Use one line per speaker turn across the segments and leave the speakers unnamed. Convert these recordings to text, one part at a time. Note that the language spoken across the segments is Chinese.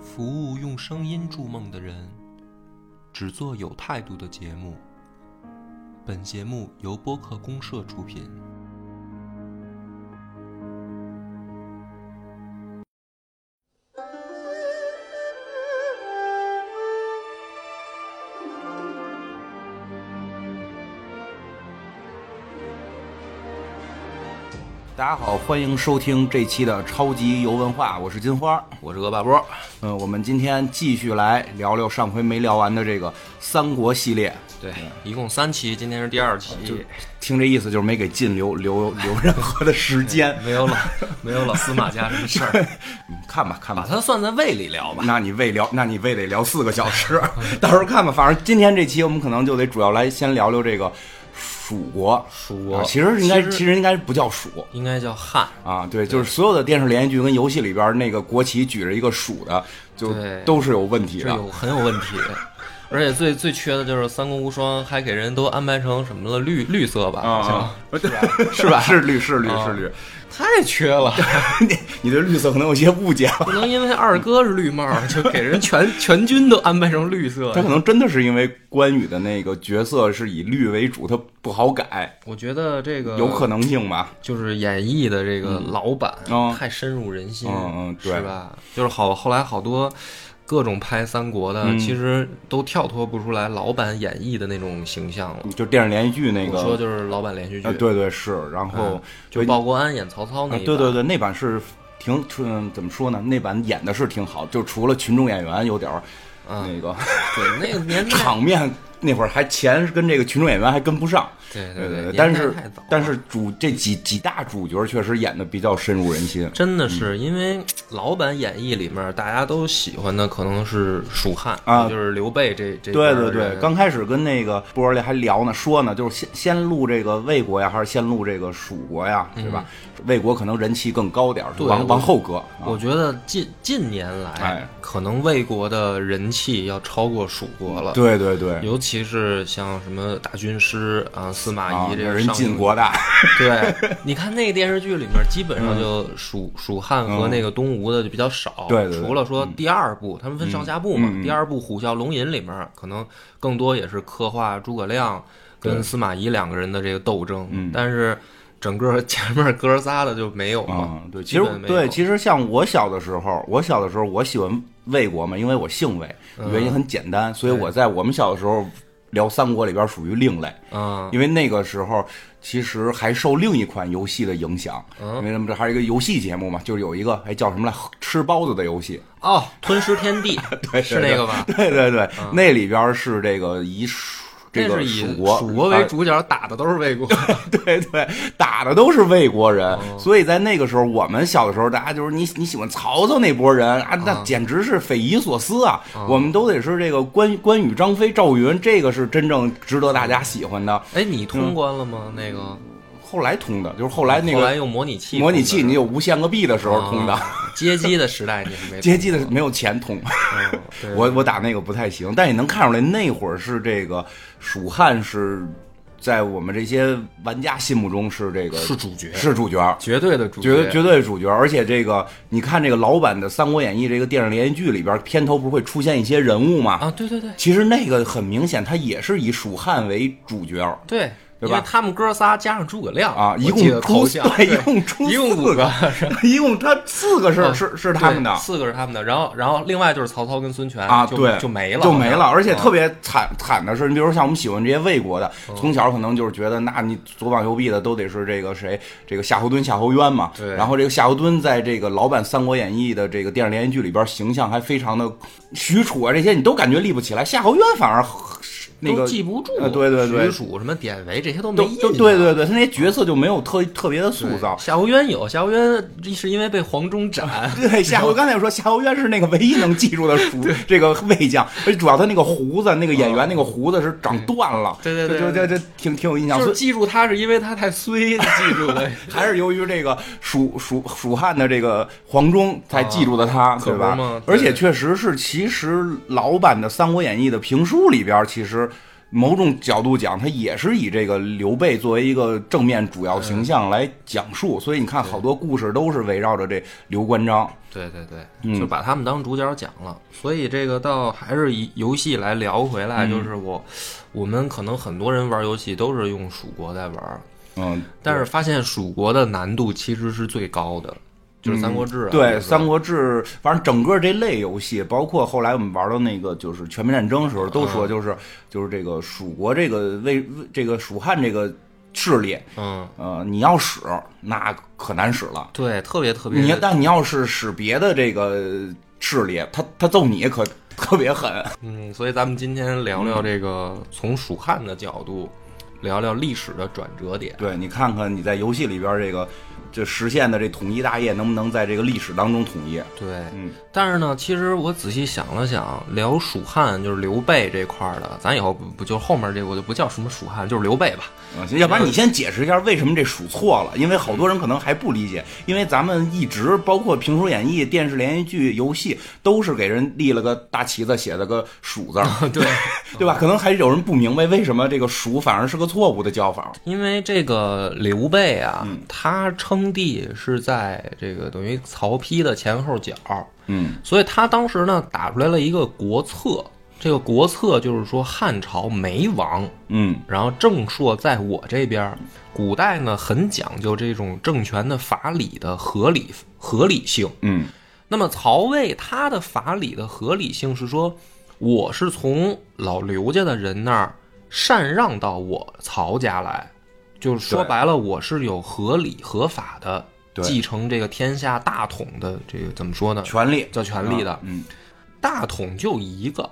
服务用声音筑梦的人，只做有态度的节目。本节目由播客公社出品。
大家好，欢迎收听这期的超级游文化，我是金花。
我是恶霸波，
嗯，我们今天继续来聊聊上回没聊完的这个三国系列。
对，一共三期，今天是第二期，
听这意思就是没给晋留留留任何的时 间。
没有老没有老司马家什么事儿，
嗯看吧，看
把
吧，
它算在胃里聊吧。
那你为聊，那你为得聊四个小时， 到时候看吧。反正今天这期我们可能就得主要来先聊聊这个蜀国。
蜀国
啊其实应
其
该
实
其实应该不叫蜀，
应该叫汉，
啊，对，就是所有的电视连续剧跟游戏里边那个国旗举着一个蜀的，就
对
都是有问题
这
的。
有很有问题。而且最最缺的就是三国无双，还给人都安排成什么了绿绿色吧，好像
啊， 是吧？是绿，是绿，是绿。
太缺 了。
你你对绿色可能有些误解吧？
不能因为二哥是绿帽儿，就给人全全军都安排成绿色
他。可能真的是因为关羽的那个角色是以绿为主，他不好改，
我觉得这个
有可能性吧？
就是演绎的这个老板、
嗯
太深入人心，
嗯嗯对
是吧？就是好，后来好多各种拍三国的，
嗯
其实都跳脱不出来老板演绎的那种形象了。
就电视连续剧那
我说
个，
就是老版连续剧，
啊，对对是，然后
嗯就
对
鲍国安演曹操那
啊
一版、
对对对，那版是挺，嗯，怎么说呢？那版演的是挺好，就除了群众演员有点儿
嗯
那个。
对，那个年代，
场面那会儿还钱跟这个群众演员还跟不上，
对
对
对，
对，
年
但
代
是
太早了
但是主这几几大主角确实演的比较深入人心，
真的
嗯
是因为老版演义里面大家都喜欢的可能是蜀汉
啊
也就是刘备这这
对
边
对
儿
对，
人
刚开始跟那个波儿里还聊呢，说呢，就是先先录这个魏国呀，还是先录这个蜀国呀，对吧？魏国可能人气更高点儿，
嗯对
往
我
往后搁。
我
啊
觉得近近年来，
哎
可能魏国的人气要超过蜀国了。，
对对对，
尤其是像什么大军师啊、司马
啊，
懿这
人晋
晋。
国大，
对，你看那个电视剧里面，基本上就蜀蜀汉和那个东吴的就比较少。
嗯对对对
除了说第二部，他们分上下部嘛。
嗯嗯
第二部《虎啸龙吟》里面，可能更多也是刻画诸葛亮
对嗯
跟司马懿两个人的这个斗争。但是整个前面哥仨的就没有嘛。
嗯，对，其
啊基
实
本没有
对，其实像我小的时候，我小的时候我喜欢魏国嘛，因为我姓魏，
嗯
原因很简单，所以我在我们小的时候聊三国里边属于另类，
嗯，
因为那个时候其实还受另一款游戏的影响，
嗯
因为咱们这还是一个游戏节目嘛，就是有一个哎叫什么来吃包子的游戏，
哦，吞食天地，
对
是那个吧？？
对对对，那里边是这个以蜀
嗯
这
那
个
是以
蜀
国
国
蜀为
啊
主角，打的都是魏 国。
对对，打的都是魏国
哦
人，所以在那个时候，我们小的时候，大家就是你你喜欢曹操那波人啊，
嗯
那简直是匪夷所思啊！我们都得是这个关关羽、张飞、赵云，这个是真正值得大家喜欢的。
哎，你通关了吗？那个
后来通的，就是后来嗯那
后来
个
用模拟器通的，啊
模拟器，你有无限个币的时
时
候通的，
街机的时代你是没
街机的没有钱通。
嗯对
我我打那个不太行，但也能看出来，那会儿是这个蜀汉是在我们这些玩家心目中是这个
是主角，
是主角，
绝对的主
绝对绝对主角，而且这个你看这个老版的《三国演义》这个电视连续剧里边，片头不是会出现一些人物吗？
啊！对对对
其实那个很明显，他也是以蜀汉为主角
对，
对
因
吧
为他们哥仨加上诸葛亮
啊，
我
一
记
共
得
出
头像
对，一
对
共出
一共
四
五
个
个， 啊
一共他四个是是是他们的
对四个是他们的，然后然后另外就是曹操跟孙权
啊，
就
对，
就没了
就没了。而且
啊
特别惨惨的是，你比如像我们喜欢这些魏国的，
嗯
从小可能就是觉得，那你左膀右臂的都得是这个谁，这个夏侯惇、夏侯渊嘛。
对
然后这个夏侯惇在这个老版《三国演义》的这个电视连续剧里边形象还非常的许褚啊这些你都感觉立不起来，夏侯渊反而那个
都记不住
呃，对对对
许褚什么典韦这些都没
都
印
都
象，
对对对，他那些角色就没有特特别的塑
对
造。，
夏侯渊有，夏侯渊是因为被黄忠斩
对，夏侯刚才也说夏侯渊是那个唯一能记 住的蜀这个魏将，而且主要他那个胡子，那个演员那个胡子是长断了，
哦对对对
就就
对
就挺挺有印象，
就
所
是
以
记住他是因为他太衰，记住了。
还是由于这个蜀蜀蜀汉的这个黄忠才记住的他，
啊可
对
不
吧
嘛？对
而且确实是，其实老版的《三国演义》的评书里边，其实某种角度讲，他也是以这个刘备作为一个正面主要形象来讲述，所以你看好多故事都是围绕着这刘关张。
对对对，
嗯
就把他们当主角讲了。所以这个倒还是以游戏来聊回
嗯
来，就是我我们可能很多人玩游戏都是用蜀国在玩，
嗯，
但是发现蜀国的难度其实是最高的，就是《三国志》啊。
嗯对，
就是
《三国志》反正整个这类游戏，包括后来我们玩到那个就是《全面战争》时候，都说就是、就是这个蜀国这个魏这个蜀汉这个势力，
嗯，
呃，你要使那可难使了。
对，特别特别。
你但你要是使别的这个势力，他他揍你可 特别狠。
嗯，所以咱们今天聊
嗯
聊这个从蜀汉的角度，聊聊历史的转折点。
对你看看你在游戏里边这个这实现的这统一大业，能不能在这个历史当中统一？
对，
嗯，
但是呢，其实我仔细想了想，聊蜀汉就是刘备这块儿的，咱以后不不就后面这个我就不叫什么蜀汉，就是刘备吧。
啊，行要不然你先解释一下为什么这数错了，因为好多人可能还不理解，因为咱们一直包括评书演绎、电视连续剧、游戏，都是给人立了个大旗子，写了个“蜀”字儿，
啊对，
对吧？可能还有人不明白为什么这个“蜀”反而是个错误的叫法。
因为这个刘备啊，他称帝是在这个等于曹丕的前后脚，
嗯
所以他当时呢打出来了一个国策，这个国策就是说汉朝没亡，
嗯
然后正朔在我这边儿。古代呢很讲究这种政权的法理的合理合理性，
嗯
那么曹魏他的法理的合理性是说，我是从老刘家的人那儿禅让到我曹家来，就是说
对
白了，我是有合理合法的
对
继承这个天下大统的这个怎么说呢？
权力
叫权力的，
嗯，
大统就一个，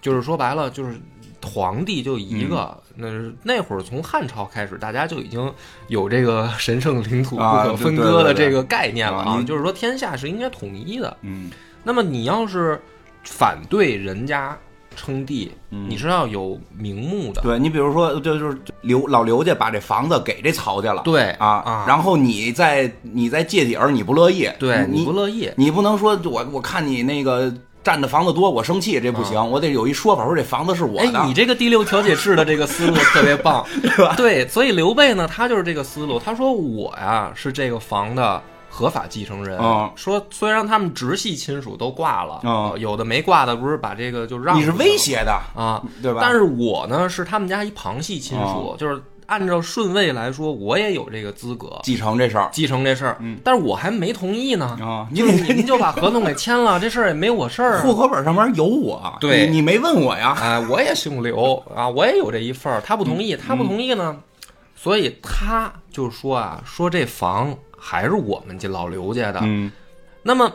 就是说白了就是。皇帝就一个，那
嗯
是那会儿从汉朝开始，大家就已经有这个神圣领土不
啊
可
对
分
对
割的
对对
这个概念了
啊
啊，
你
就是说天下是应该统一的。
嗯
那么你要是反对人家称帝，你是要有名目的。
对你比如说，就就是刘老刘家把这房子给这曹家了，
对
啊
啊
然后你在你在借底儿，你不乐意，
对
你
你不乐意，
你不能说我我看你那个占的房子多，我生气，这不行，我得有一说法，说这房子是我的。
哎，你这个第六调解室的这个思路特别棒， 对，所以刘备呢，他就是这个思路。他说我呀是这个房的合法继承人，
嗯
说虽然他们直系亲属都挂了，
嗯
呃有的没挂的不是把这个就让
你是
出去了
威胁的，
啊，
对吧？
但是哦我呢是他们家一旁系亲属，就是按照顺位来说，我也有这个资格。
继承这事儿
继承这事儿，但是我还没同意呢。
嗯啊，
就
因
是
为
你们就把合同给签了，这事儿也没我事儿
户。口本上面有我，
对
你你没问我呀？
哎，我也姓刘啊，我也有这一份儿。他不同
嗯
意，他不同意呢，所以他就说啊，说这房还是我们家老刘家的。
嗯
那么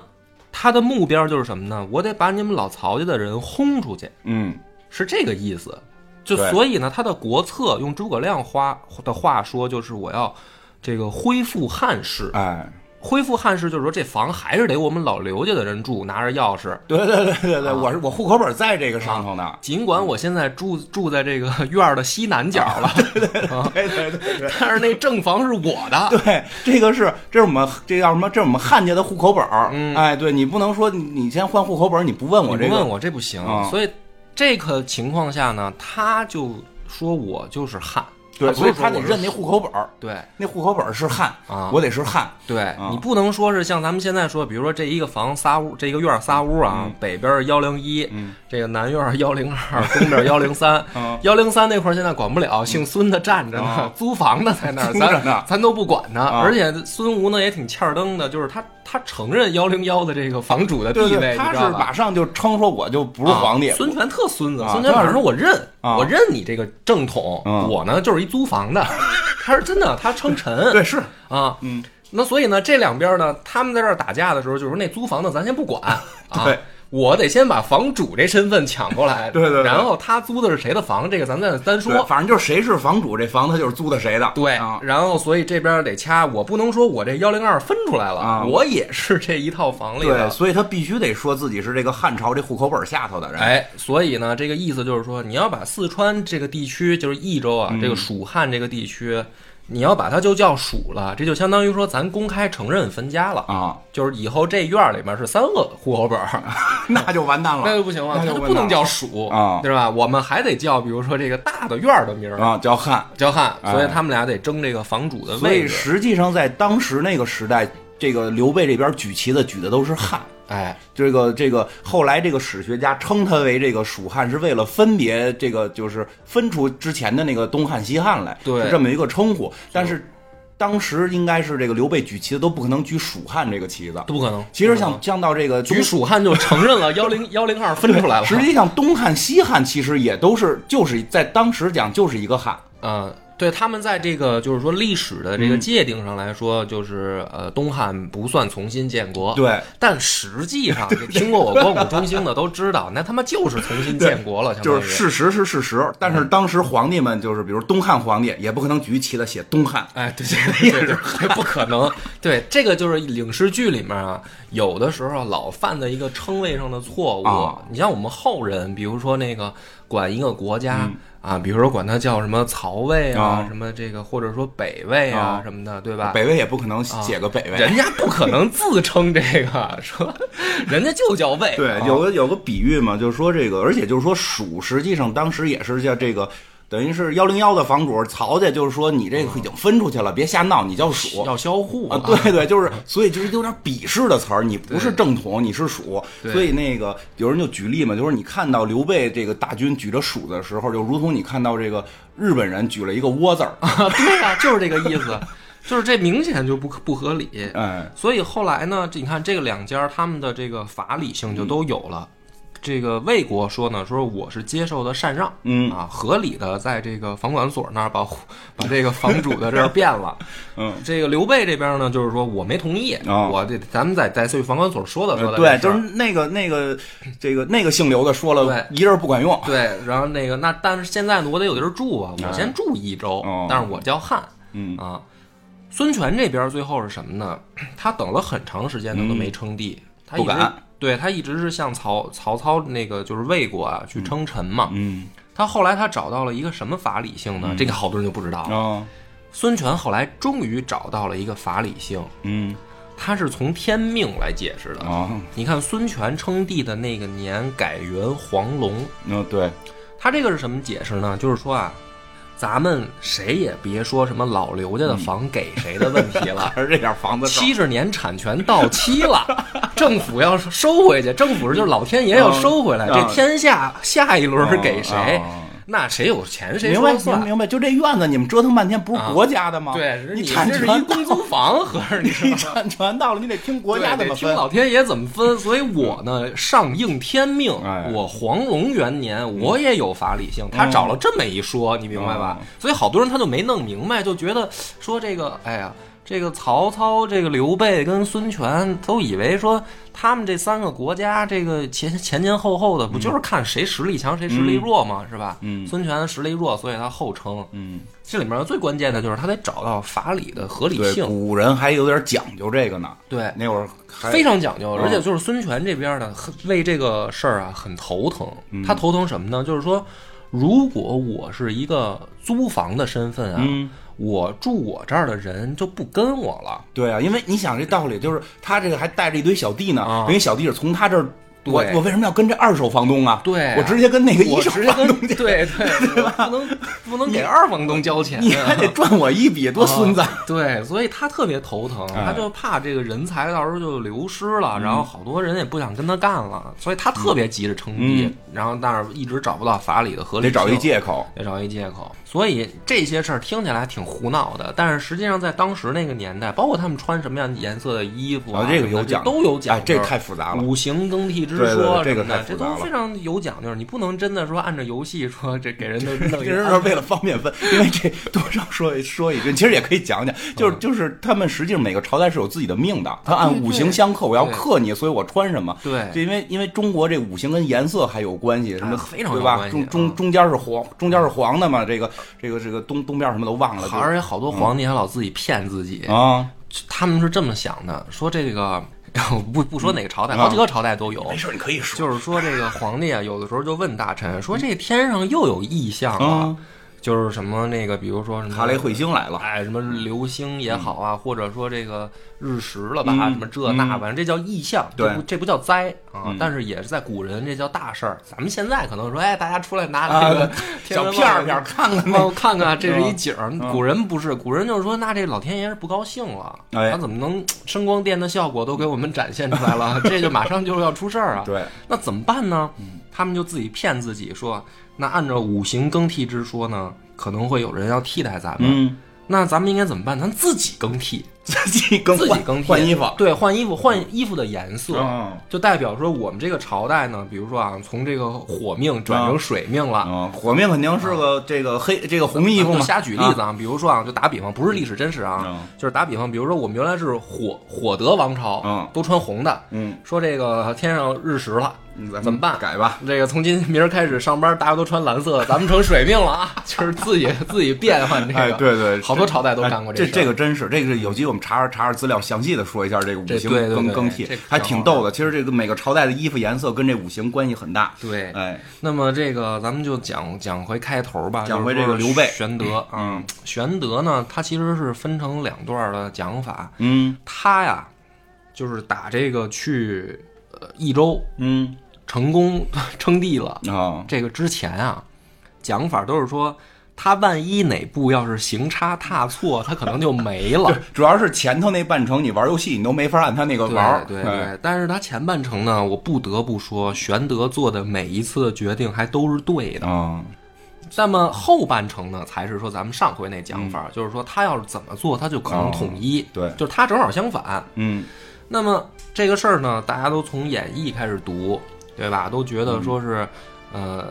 他的目标就是什么呢？我得把你们老曹家的人轰出去，
嗯
是这个意思。就
对
所以呢，他的国策用诸葛亮话的话说，就是我要这个恢复汉室。
哎，
恢复汉室就是说，这房还是得我们老刘家的人住，拿着钥匙。
对对对对对，我是我户口本在这个上头呢。
尽管我现在住住在这个 院儿的西南角了，
对对对对。
但是那正房是我的。
对，这个是这是我们这叫什么？这是我们汉家的户口本儿。哎，对你不能说你你先换户口本儿，你不问我
你
这
哎不问
个，
我这不行，
啊
所以这个情况下呢，他就说我就是汉，
对，
不
所
是
以
说
他得
我是
认那户口本儿，
对。
那户口本儿是汉
啊
我得是汉。
对、
啊
你不能说是像咱们现在说，比如说这一个房仨屋，这一个院儿仨屋啊，
嗯
北边幺零一，这个南院幺零 二，东边幺零三
嗯，
幺零三那块儿现在管不了，姓孙的站着呢，
啊
租房的在那儿，
租着呢
咱咱都不管呢。
啊
而且孙吴呢也挺欠儿登的，就是他他承认幺零幺的这个房主的地
对
位，
对，
你
他
知道
是
吧
马上就称说我就不是皇帝，
啊孙权特孙子，
啊
孙权反正我认，
啊
我认你这个正统，
嗯
我呢就是一租房的， 他是真的，他称臣，
对是，
啊，嗯，那所以呢，这两边呢，他们在这儿打架的时候，就是说那租房的咱先不 管啊，
对
我得先把房主这身份抢过来，
对对对
然后他租的是谁的房，这个咱再单
对
说。
反正就是谁是房主，这房子就是租的谁的，
对
啊，，
然后所以这边得掐，我不能说我这幺零二分出来了，
啊
我也是这一套房里
对，
的。
所以他必须得说自己是这个汉朝这户口本下头的人，
哎，所以呢，
嗯
这个意思就是说，你要把四川这个地区，就是益州啊，这个蜀汉这个地区，你要把它就叫属了，这就相当于说咱公开承认分家了，
啊，
就是以后这院儿里面是三个户口本儿，
那就完蛋
那
了
就不行了，
那
它
就
就
完
不能
蛋
叫属
啊
对吧？我们还得叫，比如说这个大的院儿的名儿，
啊，叫汉。
叫汉，所以
哎
他们俩得争这个房主的
所
位
以
置，
实际上在当时那个时代，这个刘备这边举旗子举的都是汉。
哎，
这个这个后来这个史学家称他为这个蜀汉，是为了分别这个就是分出之前的那个东汉西汉来，
对
是这么一个称呼。但是当时应该是这个刘备举旗子都不可能举蜀汉这个旗子。
都不可能。
其实像像到这个
举
东
蜀汉就承 认了幺零幺零嗯二分出来了，
实际上东汉西汉其实也都是就是在当时讲就是一个汉。
呃，对，他们在这个就是说历史的这个界定上来说，就是呃，东汉不算重新建国，。
对，
但实际上，这听过我光谷中兴的都知道，那他妈就是重新建国了，相当
就
于
是事实是事实，
嗯
但是当时皇帝们就是比如东汉皇帝也不可能举旗子写东汉。
哎， 对对对对，对不可能。对，这个就是影视剧里面啊，有的时候老犯的一个称谓上的错误。
啊
你像我们后人，比如说那个管一个国家、啊，比如说管它叫什么曹魏啊，
嗯啊
什么这个或者说北魏啊
啊
什么的，对吧？
北魏也不可能写个北魏，
人家不可能自称这个，说人家就叫魏。
对，
啊
有个有个比喻嘛，就是说这个，而且就是说蜀实际上当时也是叫这个，等于是幺零幺的房主曹家，就是说你这个已经分出去了，别瞎闹，你叫蜀
要嗯销户
啊，对对，就是所以就是有点鄙视的词儿，你不是正统，你是蜀，
对
所以那个有人就举例嘛，就是你看到刘备这个大军举着蜀的时候，就如同你看到这个日本人举了一个倭 字儿，嗯
啊，对啊，就是这个意思，就是这明显就不不合 理。
哎，
所以后来呢，这你看这个两家儿他们的这个法理性
嗯
就都有了。这个魏国说呢，说我是接受的禅让，
嗯
啊，合理的在这个房管所那儿把户把这个房主的这儿变了。
嗯。
这个刘备这边呢，就是说我没同意，
哦
我这咱们在在对房管所说的说的这事儿、
呃对，就是那个那个，这个那个姓刘的说了
对
一人不管用，
对，然后那个那但是现在呢，我得有地儿住啊，我
哎
先住一周，
哦
但是我叫汉
嗯
啊。孙权这边最后是什么呢？他等了很长时间，他都没称帝，他一
嗯不
直
敢
对他一直是向曹曹操那个就是魏国啊去称臣嘛。
嗯
他后来他找到了一个什么法理性呢？这个好多人就不知道。
啊
孙权后来终于找到了一个法理性，
嗯
他是从天命来解释的。
啊，
你看孙权称帝的那个年改元黄龙，
嗯对，
他这个是什么解释呢？就是说啊，咱们谁也别说什么老刘家的房给谁的问题 了。
还是这点房子少
七十年产权到期 了，政府要收回去，政府就是老天爷要收回来，
嗯
这天下下一轮给谁
哦哦，
那谁有钱谁
明白
说
明
算。
明白，就这院子你们折腾半天，不是国家的吗？
对，是
你
你
产
这是
权
一公租房，合着你是
你
吧
产权到了，你得听国
对
家
得
怎么
听
分。
老天爷怎么分。所以我 呢，上应天命
哎，嗯
我黄龙元年我也有法理性。他找了这么一说，你明白吧
嗯？
所以好多人他就没弄明白，就觉得说这个，哎呀。这个曹操、这个刘备跟孙权都以为说他们这三个国家，这个前前前后后的不就是看谁实力强、谁实力弱吗？是吧？
嗯
孙权实力弱，所以他后称。
嗯，
这里面最关键的就是他得找到法理的合理
对，
性。
古人还有点讲究这个呢。
对，
那会儿还
非常讲究，
嗯
而且就是孙权这边呢，很为这个事儿啊很头疼。
嗯
他头疼什么呢？就是说，如果我是一个租房的身份啊，
嗯
我住我这儿的人就不跟我了。
对啊，因为你想这道理就是他这个还带着一堆小弟呢，
啊
人家小弟是从他这儿，
对
我我为什么要跟这二手房东啊？
对啊
我直接跟那个
我
一手
直接
房
跟
东去，
对对， 我不能不能给二房东交钱啊，
你还得赚我一笔，
啊
多孙子！
对，所以他特别头疼，
哎嗯
他就怕这个人才到时候就流失了，然后好多人也不想跟他干了，所以他特别急着称帝，
嗯
然后但是一直找不到法理的合理
得
性，
找一借口。
得找一借口。所以这些事儿听起来挺胡闹的，但是实际上在当时那个年代，包括他们穿什么样颜色的衣服
啊这个有
什么的
讲究
都有讲
哎
究，，
这太复杂了。
五行更替之
对对对
说
这
什
个
么的，
太复杂
都
了
非常有讲究。你不能真的说按照游戏说这给人都弄一啊
这是为了方便分，因为这多少说一说一句，其实也可以讲讲，
嗯
就是就是他们实际上每个朝代是有自己的命的，他按五行相克，我要克你，所以我穿什么。
对
就因为因为中国这五行跟颜色还有关系，什么
啊非常有
对吧？
关系
中
啊
中中间是黄，中间是黄的嘛，这个这个这个东东边什么都忘了，
好而且好多皇帝还老自己骗自己
就，啊，
他们是这么想的，说这个不不说哪个
嗯
朝代，好几个朝代都有，
没事，你可以说，
就是说这个皇帝啊，有的时候就问大臣说：“这天上又有异象了，
嗯
就是什么那个，比如说什么
哈雷彗星来了，
哎，什么流星也好
嗯
啊，或者说这个日食了吧，什么这那，反正这叫异象，
对嗯
这不这不叫灾啊，但是也是在古人这叫大事儿。咱们现在可能说，哎，大家出来拿
啊
那 个天
小
文望
片儿
远
片儿
镜。
看 看那
哦，看看这是一景
嗯
儿，古人不是，古人就是说，那这老天爷是不高兴了，
哎
他怎么能声光电的效果都给我们展现出来了？ 这就马上就要出事儿啊！
对，嗯
那怎么办呢？他们就自己骗自己说，那按照五行更替之说呢，可能会有人要替代咱们。
嗯，
那咱们应该怎么办？咱自己更替，
自己更
自己
换
更替，
换衣服，
对，换衣服，换衣服的颜色。
嗯
就代表说，我们这个朝代呢，比如说啊，从这个火命转成水命了，
嗯，火命肯定是个这个黑这个红衣服
我
嘛，
啊瞎举例子啊，比如说啊，就打比方，不是历史真实啊，
嗯
就是打比方，比如说我们原来是火火德王朝，
嗯
都穿红的，
嗯，
说这个天上日食了。
嗯，咱
怎么办
改吧，
这个从今明儿开始上班，大家都穿蓝色的，咱们成水命了啊！ 就是自己自己变换这个，
哎对对
好多朝代都
哎
干过
这
事儿。
这个真是，这个有机会我们查查查查资料，详细的说一下这个五
这
行
对对
更
对
更
这
替
这，
还挺逗的。其实这个每个朝代的衣服颜色跟这五行关系很大。
对，
哎，
那么这个咱们就讲讲回开头吧，
讲回
就是说
这个刘备
玄德啊、
嗯
玄德呢，他其实是分成两段的讲法，
嗯
他呀就是打这个去呃益州
嗯
成功称帝了，
啊，
这个之前啊，讲法都是说他万一哪步要是行差踏错，他可能就没 了。
主要是前头那半程，你玩游戏你都没法按他那个玩儿，
对对
哎
对，但是他前半程呢，我不得不说，玄德做的每一次的决定还都是对的。
嗯
那么后半程呢，才是说咱们上回那讲法，就是说他要是怎么做，他就可能统一。
嗯哦对
就是他正好相反。
嗯
那么这个事儿呢，大家都从《演义》开始读，对吧？都觉得说是，
嗯
呃，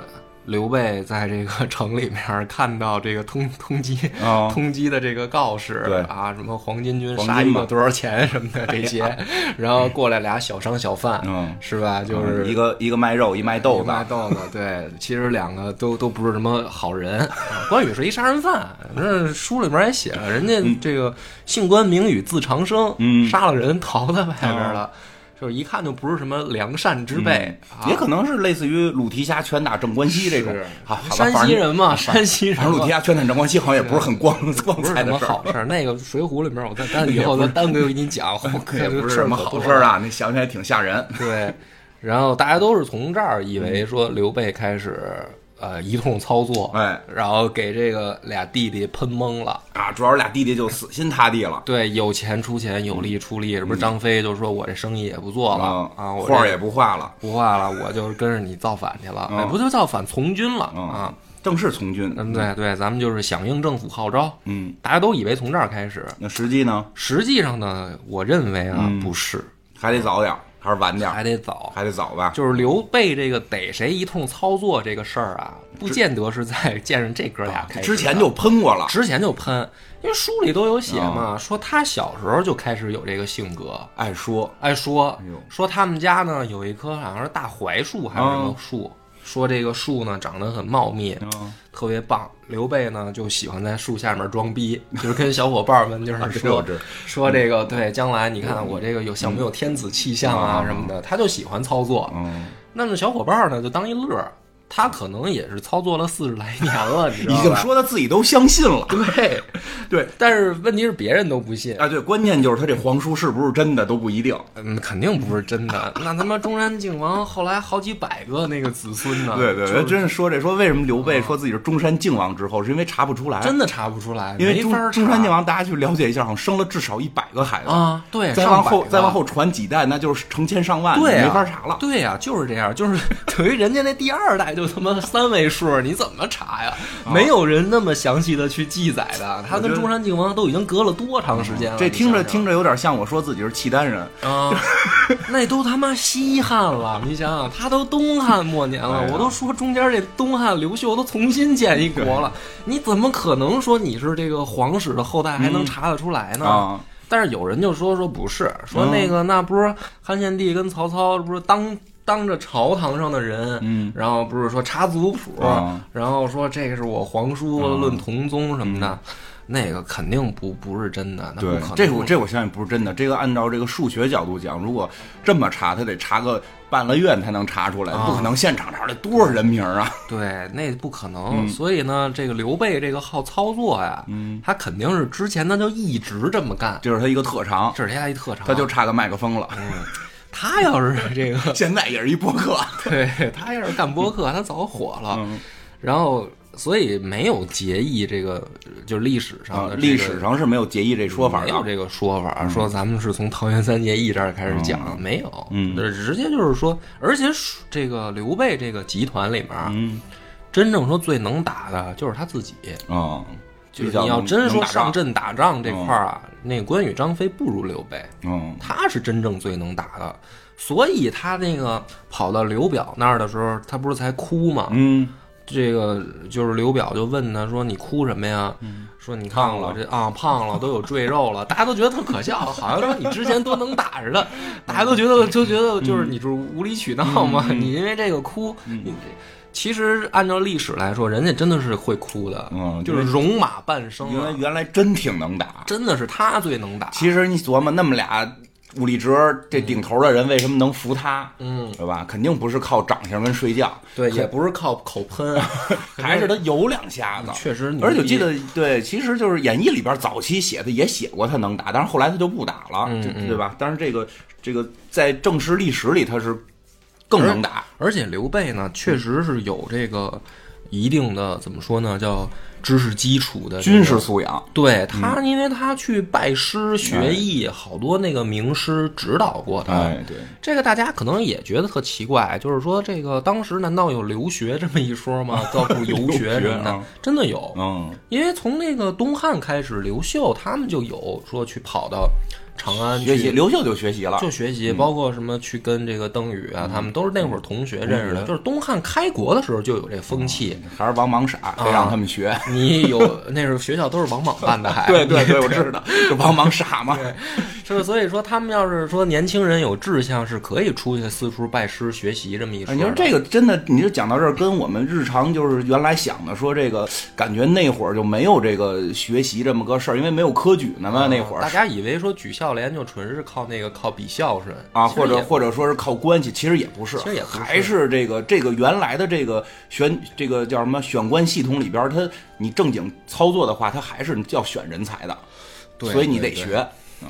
刘备在这个城里面看到这个通 通缉
啊，
通缉的这个告示，
对
啊，什么黄巾军
黄
杀
金
一
嘛
个多少钱什么的这 些，然后过来俩小商小贩，
嗯
是吧？就
嗯
是
一个一个卖肉，一卖豆
一
子嗯
个，卖豆子，对，其实两个都都不是什么好人。啊关羽是一杀人犯，那书里面也写了，人家这个姓关名羽字长生，
嗯哦
杀了人逃在外边了，就是一看就不是什么良善之辈。啊
嗯也可能是类似于鲁提辖拳打正关西这种
是，
好，好吧
山
反
西
正
人嘛， 山西人
反正鲁
嘛
提辖拳打正关西好像也不是很光光
不是
彩
什
的
么
事儿，
好事儿。那个《水浒》里面，我 再单以后再单给你讲，我看
也
这
不
个
是
事儿
什么
可
好
多
事儿啊。你想起来挺吓人。
对，然后大家都是从这儿以为说刘备开始呃一通操作，
哎，
然后给这个俩弟弟喷懵了。
啊，主要是俩弟弟就死心塌 地了，
对，有钱出钱，有力出力，这不是张飞就说我这生意也不做了
啊
啊，我
嗯画儿
这
也不画了，
不画了，我就跟着你造反去了，
嗯
哎，不就造反从军了
嗯
啊？
正式从军。
嗯，对对，咱们就是响应政府号召，
嗯，
大家都以为从这儿开始，
那实际呢，
实际上呢，我认为啊，
嗯
不是，
还得早点儿，还是晚点儿，
还得早，
还得早吧？
就是刘备这个逮谁一通操作这个事儿啊，不见得是在见着这哥俩开始的
啊之前就喷过了。
之前就喷，因为书里都有写
啊
嘛，说他小时候就开始有这个性格。
爱说，
哎，说
呦
说他们家呢有一棵好像是大槐树还是什
啊
么树，说这个树呢长得很茂密，
嗯
特别棒。刘备呢就喜欢在树下面装逼，就是跟小伙伴们就是
啊这
说、
我知嗯
说这个对将来你看我这个有像没有天子气象啊什么的，他就喜欢操作。
嗯，
那么小伙伴呢就当一乐儿，他可能也是操作了四十来年 了，你知道
已
吧？
经说他自己都相信了。
对，
对，
但是问题是别人都不 信。
啊，对，关键就是他这皇叔是不是真的都不一定。
嗯，肯定不是真的。那他妈中山靖王后来好几百个那个子孙呢，
对对，
啊就是啊
对，真是说这说为什么刘备说自己是中山靖王之后，是因为查不出来，
真的查不出来，
因为
没
中
法查
中山靖王大家去了解一下，好像生了至少一百个孩子，
啊，对，
再
上
往
百
后
个
再往后传几代，那就是成千上万，
对啊、
没法查了。
对呀、就是这样，就是等于人家那第二代就他妈三位数，你怎么查呀？没有人那么详细的去记载的，他
啊我觉
跟
得
中山靖王都已经隔了多长时间了？
这听
啊你
着
想想
听着有点像我说自己是契丹人，
啊，那都他妈西汉了，你想想，他都东汉末年了，
哎呀
我都说中间这东汉刘秀都重新建一国了，你怎么可能说你是这个皇室的后代还能查得出来呢？
啊
但是有人就说说不是，说那个、那不是汉献帝跟曹操不是当。当着朝堂上的人，
嗯
然后不是说查族谱，
啊嗯
然后说这个是我皇叔、论同宗什么的，那个肯定不不是真的，那不
对
可能。，
这我这我相信不是真的。这个按照这个数学角度讲，如果这么查，他得查个半个月才能查出
啊
来，不可能现场查出来多少人名儿啊！
对，那不可
嗯
能。所以呢，这个刘备这个好操作呀，他肯定是之前他就一直这么干，
这是他一个特长，
这是嗯他一特长。
他就差个麦克风了。
他要是这个，
现在也是一播 客，啊
对他要是干播客，他早火了。
嗯
然后，所以没有结义，这个就是历史上
啊
的这个、
历史上是没有结义这说法
没有
的。啊
这个说法，说咱们是从桃园三结义这儿开始讲，没有，
嗯
直接就是说，而且这个刘备这个集团里面，
嗯，
真正说最能打的就是他自己，
啊，
就
比
是
较
你要
能
真
能
说
打仗
上阵打仗这块儿啊，那关羽、张飞不如刘备，
嗯
他是真正最能打的，所以他那个跑到刘表那儿的时候，他不是才哭吗？
嗯，
这个就是刘表就问他说：“你哭什么呀？”
嗯
说：“你看我这啊胖了，都有赘肉了。”大家都觉得特可笑，好像说你之前多能打似的，
嗯
大家都觉得就觉得就是你这是无理取闹嘛，你因为这个哭，
嗯
你这其实按照历史来说，人家真的是会哭的，
嗯
就是戎马半生、
因
啊
为，原来真挺能打。
真的是他最能打。
其实你琢磨，那么俩武力值这顶头的人，为什么能服他？
嗯，
对吧？肯定不是靠长相跟睡觉，
对，也不是靠口喷，啊
还是他有两下子。
确实牛逼，
而且我记得，对，其实就是《演义》里边早期写的也写过他能打，但是后来他就不打了，
嗯
对
嗯
对吧？但是这个这个在正史历史里他是更能打，
而且刘备呢，确实是有这个一定的怎么说呢，叫知识基础的这个
军事。素养，嗯
对他，因为他去拜师学艺，好多那个名师指导过他。
哎，对，
这个大家可能也觉得特奇怪，就是说这个当时难道有留学这么一说吗？ 到处游学什么
留学
的
啊，
真的有。
嗯，
因为从那个东汉开始，刘秀他们就有说去跑到长安
学习
去
刘秀就学习了，
就学
嗯
习，包括什么去跟这个邓禹啊，他们都是那会儿同
嗯
学认识的。就是东汉开国的时候就有这风气，
还是王莽傻，
啊
非让他们学。
你有 那时候学校都是王莽办的，还
对对对，我知道，这王莽傻嘛，
就是所以说他们要是说年轻人有志向，是可以出去四处拜师学习这么一说的。
哎你说这个真的，你就讲到这儿，跟我们日常就是原来想的说这个，感觉那会儿就没有这个学习这么个事儿，因为没有科举呢嘛，那会
啊大
儿
家以为说举孝廉就纯是靠那个靠比孝顺
啊，
其实
或者
也
或者说是靠关系，其实也不是，
其实也不是
还是这个这个原来的这个选这个叫什么选官系统里边儿，它你正经操作的话，它还是要选人才的，
对
所以你
对
得
对
学。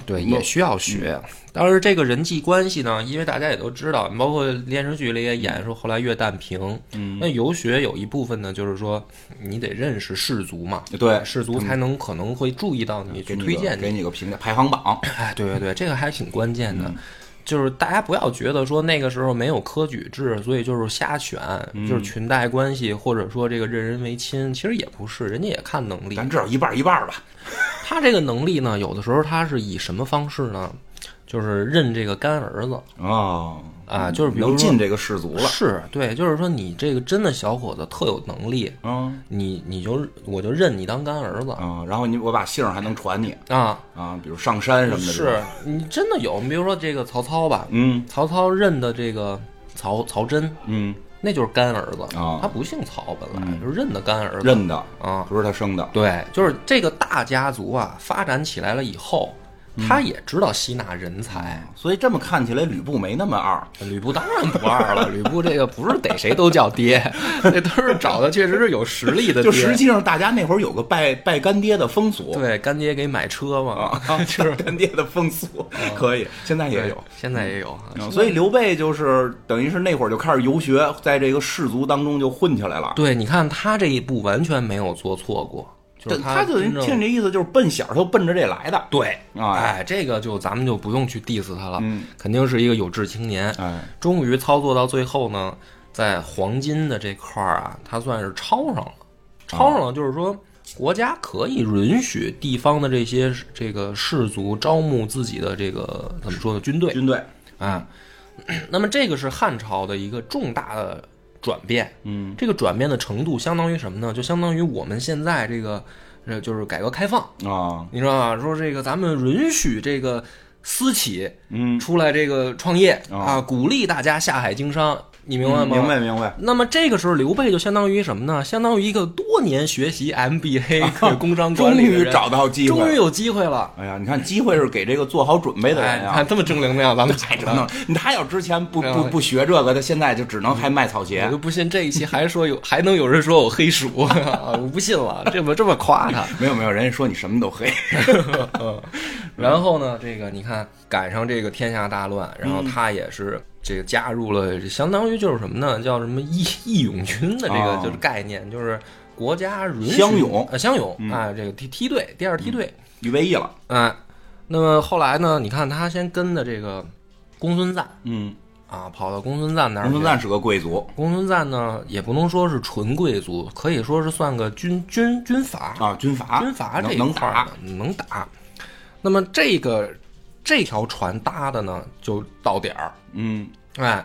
对，
嗯
也需要学。但是这个人际关系呢，因为大家也都知道，包括电视剧里也演说后来越淡平，嗯，那游学有一部分呢，就是说你得认识士族嘛，
对
士族才能可能会注意到你，去
给你
推
个
荐
给你个评价排 行榜，
哎，对对对，这个还挺关键的。就是大家不要觉得说那个时候没有科举制，所以就是瞎选，就是裙带关系，或者说这个任人唯亲，其实也不是，人家也看能力。
咱至少一半儿一半儿吧。
他这个能力呢，有的时候他是以什么方式呢？就是认这个干儿子
哦，
啊，就是比
能
如说
进这个氏族了。
是对，就是说你这个真的小伙子特有能力，
嗯
你你就我就认你当干儿子
嗯，然后你我把姓儿还能传你
啊，
啊，比如上山什么的。
是，你真的有，你比如说这个曹操吧，
嗯
曹操认的这个曹曹真，
嗯，
那就是干儿子
啊嗯
他不姓曹，本来就是认的干儿子
认的，
啊。
不是他生的。
对，就是这个大家族啊，发展起来了以后，
嗯
他也知道吸纳人才。
哎所以这么看起来，吕布没那么二。
吕布当然不二了，吕布这个不是逮谁都叫爹，那都是找的确实是有实力的爹。
就实际上，大家那会儿有个拜拜干爹的风俗，
对干爹给买车嘛，
啊，拜干爹的风俗
嗯
可以，现在也有。，
现在也有啊。
嗯所以刘备就是等于是那会儿就开始游学，在这个氏族当中就混起来了。
对，你看他这一步完全没有做错过，就是
这他就
真正
听这意思就是奔小就奔着这来的。
对，
哎嗯
哎，这个就咱们就不用去 diss 他了，肯定是一个有志青年。
哎，
终于操作到最后呢，在黄金的这块儿啊，他算是抄上了，抄上了，
哦
就是说。国家可以允许地方的这些这个氏族招募自己的这个怎么说呢军队
军队，
啊， 那么这个是汉朝的一个重大的转变，
嗯，
这个转变的程度相当于什么呢？就相当于我们现在这个呃就是改革开放，
啊，
你知道吧？说这个咱们允许这个私企
嗯
出来这个创业、
哦嗯
啊，鼓励大家下海经商。你明白吗？
明白明白。
那么这个时候，刘备就相当于什么呢？相当于一个多年学习 MBA 工商管
终
理的
于
人，
找到机会，
终于有机会了。
哎呀，你看机会是给这个做好准备的
哎，
人
你
呀、
看这么正能 量，咱们
太折腾了！你他要之前不
对
不不学这个，他现在就只能还卖草
我
鞋
就。不信这一期还说有还能有人说我黑鼠， 啊我不信了，这么这么夸他。
没有没有，人家说你什么都黑。
嗯然后呢，这个你看赶上这个天下大乱，然
嗯
后他也是这个加入了，相当于就是什么呢？叫什么义义勇军的这个
哦
就是概念，就是国家允许
乡勇嗯
呃乡勇啊，这个梯梯队第二梯队
预备役了，
啊。那么后来呢，你看他先跟的这个公孙瓒
嗯，
啊，跑到公孙瓒那儿
公
去。
孙瓒是个贵族
公孙瓒呢，也不能说是纯贵族，可以说是算个军军军阀，
啊，军阀，
军阀这
能
一
能
块儿
打
呢，能打。那么这个这条船搭的呢，就到点儿。
嗯，
哎，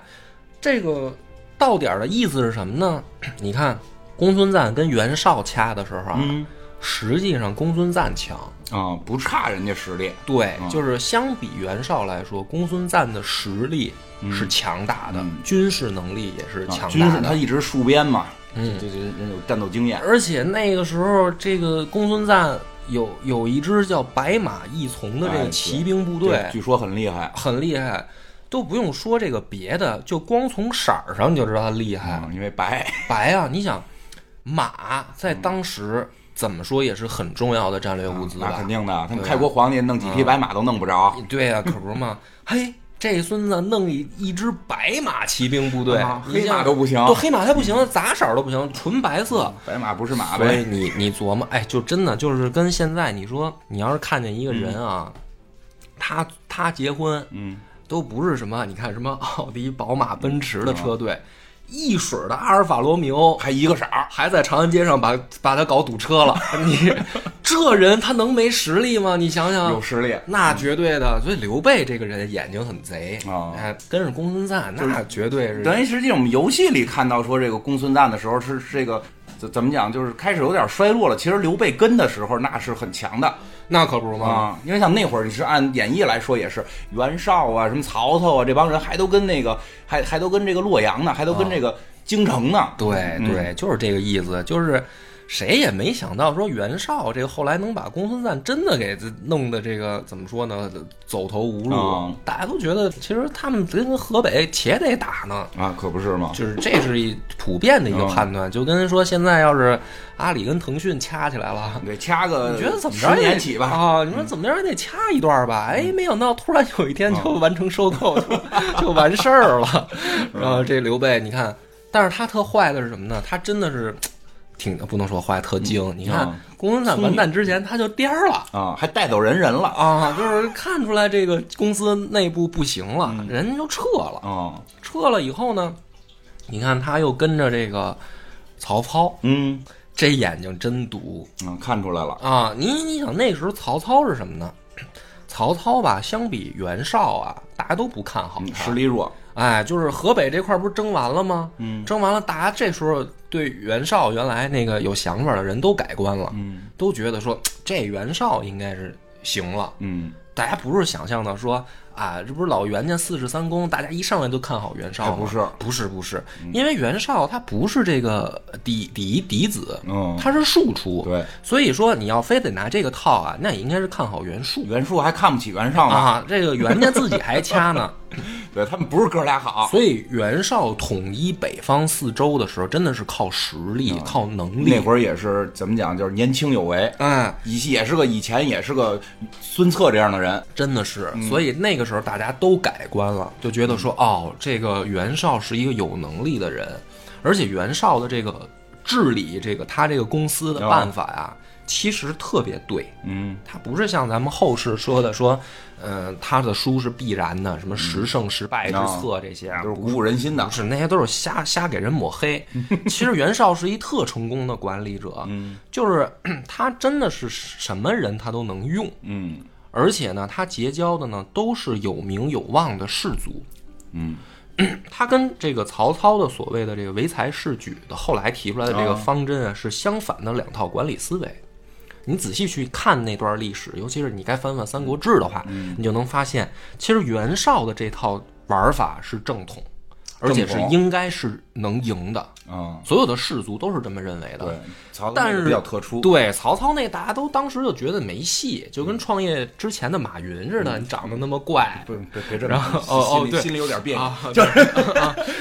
这个到点儿的意思是什么呢？ 你看公孙瓒跟袁绍掐的时候啊，
嗯
实际上公孙瓒强。
啊，不差人家实力，
对，
嗯
就是相比袁绍来说，公孙瓒的实力是强大的，
嗯
军事能力也是
啊
强
军
大
事
的。
他一直戍边嘛，
嗯
这这人有战斗经验，
而且那个时候，这个公孙瓒有有一支叫白马义从的这
哎
个
对
骑兵部队，
据说很厉害，
很厉害。都不用说这个别的，就光从色儿上你就知道他厉害。
嗯，因为白，
白啊，你想，马在当时怎么说也是很重要的战略物资
那
吧
嗯肯？定的，他们
对啊
开国皇帝弄几匹白马都弄不着，
对呀、可不是嘛。嘿，这孙子弄一一支白马骑兵部队
啊，
你
黑
想
马都不行
对，黑马它不行，杂色儿都不行，纯白色。
白马不是马
所以
呗，
你你琢磨，哎，就真的就是跟现在你说，你要是看见一个人啊，他他结婚
嗯，
都不是什么，你看什么奥迪、宝马、奔驰的车队，一水儿的阿尔法罗密欧。
还一个色儿，
还在长安街上把把他搞堵车了， 你这人他能没实力吗？你想想
有，实力，
那绝对的。所以刘备这个人眼睛很贼
哦
哎，跟着公孙瓒那绝对是
嗯等于实际我们游戏里看到说这个公孙瓒的时候是是这个怎怎么讲，就是开始有点衰落了。其实刘备跟的时候那是很强的
那可不是吗？
啊，因为像那会儿你是按演义来说也是袁绍啊、什么曹操啊这帮人还都跟那个还还都跟这个洛阳呢，还都跟这个京城呢。
对
嗯
对，就是这个意思，就是谁也没想到说袁绍这个后来能把公孙瓒真的给这弄的这个怎么说呢，走投无路，
嗯
大家都觉得其实他们跟河北且得打呢。
啊，可不是吗？
就是这是一普遍的一个
嗯
判断，就跟说现在要是阿里跟腾讯掐起来了，
得掐个
你觉得怎么着
十
也
年
得
起吧？嗯
啊？你说怎么着也得掐一段吧？哎，没想到突然有一天就完成收购， 就就完事儿了。
嗯
然后这刘备，你看，但是他特坏的是什么呢？他真的是挺不能说坏，特精。你看
啊
公孙瓒完蛋之前他就颠儿了。
啊，还带走人人了
啊，就是看出来这个公司内部不行了，
嗯
人家就撤了。
啊，
撤了以后呢，你看他又跟着这个曹操，
嗯
这眼睛真毒。
嗯，看出来了，
啊，你你想那时候曹操是什么呢？ 曹操吧，相比袁绍啊，大家都不看好
嗯，
他。
实力弱，
哎，就是河北这块儿不是争完了吗？嗯，争完了，大家这时候对袁绍原来那个有想法的人都改观了，
嗯
都觉得说这袁绍应该是行了。
嗯，
大家不是想象的说啊，这不是老袁家四世三公，大家一上来就看好袁绍吗？
哎不是，嗯
不是，不是，因为袁绍他不是这个嫡嫡嫡子，
嗯
他是庶出，
对，
所以说你要非得拿这个套啊，那也应该是看好袁术
袁术还看不起袁绍呢，
啊，这个袁家自己还掐 呢，
对他们不是哥俩好，
所以袁绍统一北方四周的时候，真的是靠实力、靠能力。
啊那会儿也是怎么讲，就是年轻有为，
哎，
以也是个以前也是个孙策这样的人，
真的是，
嗯
所以那个时候大家都改观了，就觉得说，哦，这个袁绍是一个有能力的人，而且袁绍的这个治理，这个他这个公司的办法呀、其实特别对。
哦嗯，
他不是像咱们后世说的说，呃，他的书是必然的，什么十胜十败之策这些啊，
嗯哦就是鼓舞人心的
不。是那些都是瞎瞎给人抹 黑。其实袁绍是一特成功的管理者，
嗯
就是 他真的是什么人他都能用，
嗯
而且呢，他结交的呢都是有名有望的士族。
嗯，
他跟这个曹操的所谓的这个唯才是举的后来提出来的这个方针啊，是相反的两套管理思维。你仔细去看那段历史，尤其是你该翻翻《三国嗯志》的话，你就能发现，其实袁绍的这套玩法是正统，而且是
郑国
应该是能赢的，
嗯，
所有的士族都是这么认为的。
对，曹操
但是
比较特殊，
对曹操那大家都当时就觉得没戏，就跟创业之前的马云似的，你长得那么怪
不别别这么，
然后哦哦
心里
对
心里有点别扭。
啊， 哦就是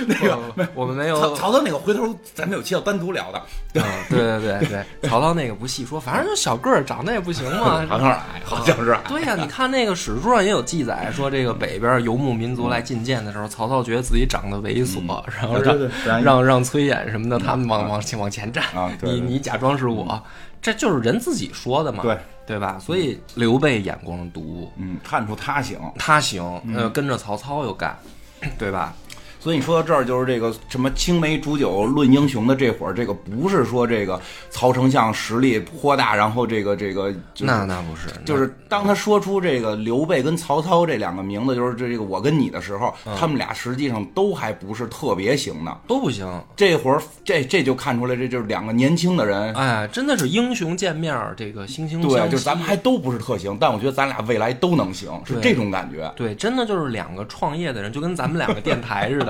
那个我们没有
曹曹操那个回头咱们有期要单独聊的，
啊，对对对对，曹操那个不细说，反正就小个儿，长得也不行
好
嘛。
像是矮，好像是矮，
对呀、你看那个史书上也有记载，说这个北边游牧民族来觐见的时候，曹操觉得自己长得猥琐，然后
嗯啊对对对嗯
让让让崔琰什么的他们往往往前站，
啊对对嗯
你你假装是我，这就是人自己说的嘛，
对
对吧？所以刘备眼光毒，
嗯，看出他行。
他行，
嗯
呃，跟着曹操又干， 对吧？
所以你说到这儿，就是这个什么青梅煮酒论英雄的这会儿，这个不是说这个曹丞相实力颇大，然后这个这个就是
那那不是，
就
那
是当他说出这个刘备跟曹操这两个名字，就是这个我跟你的时候，他们俩实际上都还不是特别行呢。
都不行。
这会儿这这就看出来，这就是两个年轻的人，
哎，真的是英雄见面儿，这个惺惺相惜。
对，就 是咱们还都不是特行，但我觉得咱俩未来都能行，是
对
这种感觉。
对，真的就是两个创业的人，就跟咱们两个电台似 的。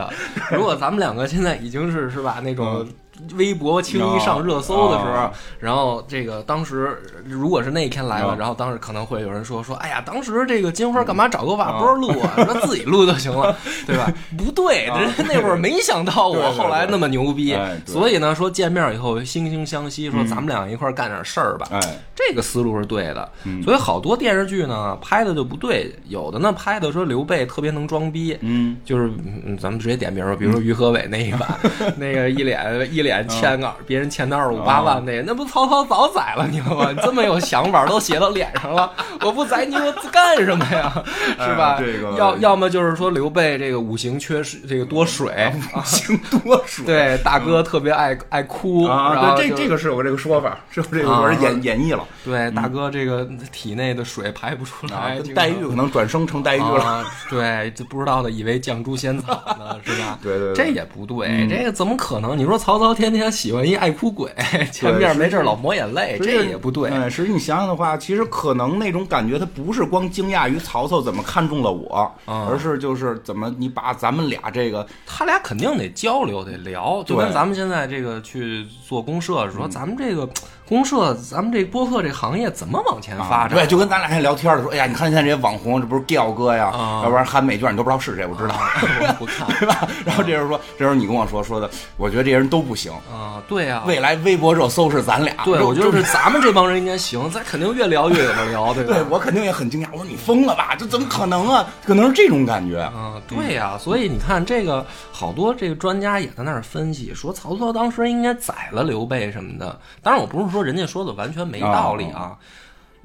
如果咱们两个现在已经是是吧那种微博轻易上热搜的时候
嗯啊，
然后这个当时如果是那一天来了
啊，
然后当时可能会有人说说，哎呀，当时这个金花干
嗯
嘛找个瓦波录啊？说自己录就行 了，对吧？不对，人家那会儿没想到
嗯对
我
对对
后来那么牛逼
哎，对嗯
所以呢说见面以后惺惺相惜，说咱们俩一块儿干点事儿吧。
哎，
这个思路是对的。
嗯
所以好多电视剧呢拍的就不对，有的呢拍的说刘备特别能装逼，
嗯，
就是嗯咱们直接点名儿，比如说于和伟那一版，
嗯
那个一脸一脸欠个别人欠的二五八万那个，那不曹操早宰了你了 吗？你这么有想法都写到脸上了， 我不宰你我干什么 呀？是吧？
哎这个
要要么就是说刘备这个五行缺失，这个多水。
嗯行多数。
对，大哥特别爱、爱哭然
嗯啊，
后
对，这
就
这个是有这个说法，是不是这个
啊
我是演演绎了
对，大哥这个体内的水排不出
嗯啊？
来，
跟黛玉可能转生成黛玉
经常
了。
啊，对，就不知道的以为绛珠仙草 呢，是吧？
对嗯对对
这也不对，这个怎么可能？你说曹操天天喜欢一爱哭 鬼，前面没事儿老抹眼泪，这也不对。
哎，实际你想想的话，其实可能那种感觉，他不是光惊讶于曹操怎么看中了我，
嗯
而是就是怎么你把咱们俩这个
他俩肯定得交流，得聊，就
对嗯
跟咱们现在这个去做公社的时候，咱们这个公社，咱们这播客这行业怎么往前发展？
啊对，就跟咱俩现在聊天的时候，哎呀，你看现在这些网红，这不是 giao 哥呀，
啊
要不然韩美娟，你都不知道是谁，我知道，
我不看
对吧？然后这时候说，这时候你跟我说说的，我觉得这些人都不行，
啊，对啊，
未来微博热搜是咱俩，
对，
就
我觉
就
得是咱们这帮人应该行，咱肯定越聊越有的聊，对吧？
对我肯定也很惊讶，我说你疯了吧？这怎么可能啊？可能是这种感觉，
啊，对呀、所以你看，这个好多这个专家也在那儿分析，说曹操当时应该宰了刘备什么的。当然，我不是说人家说的完全没道理啊。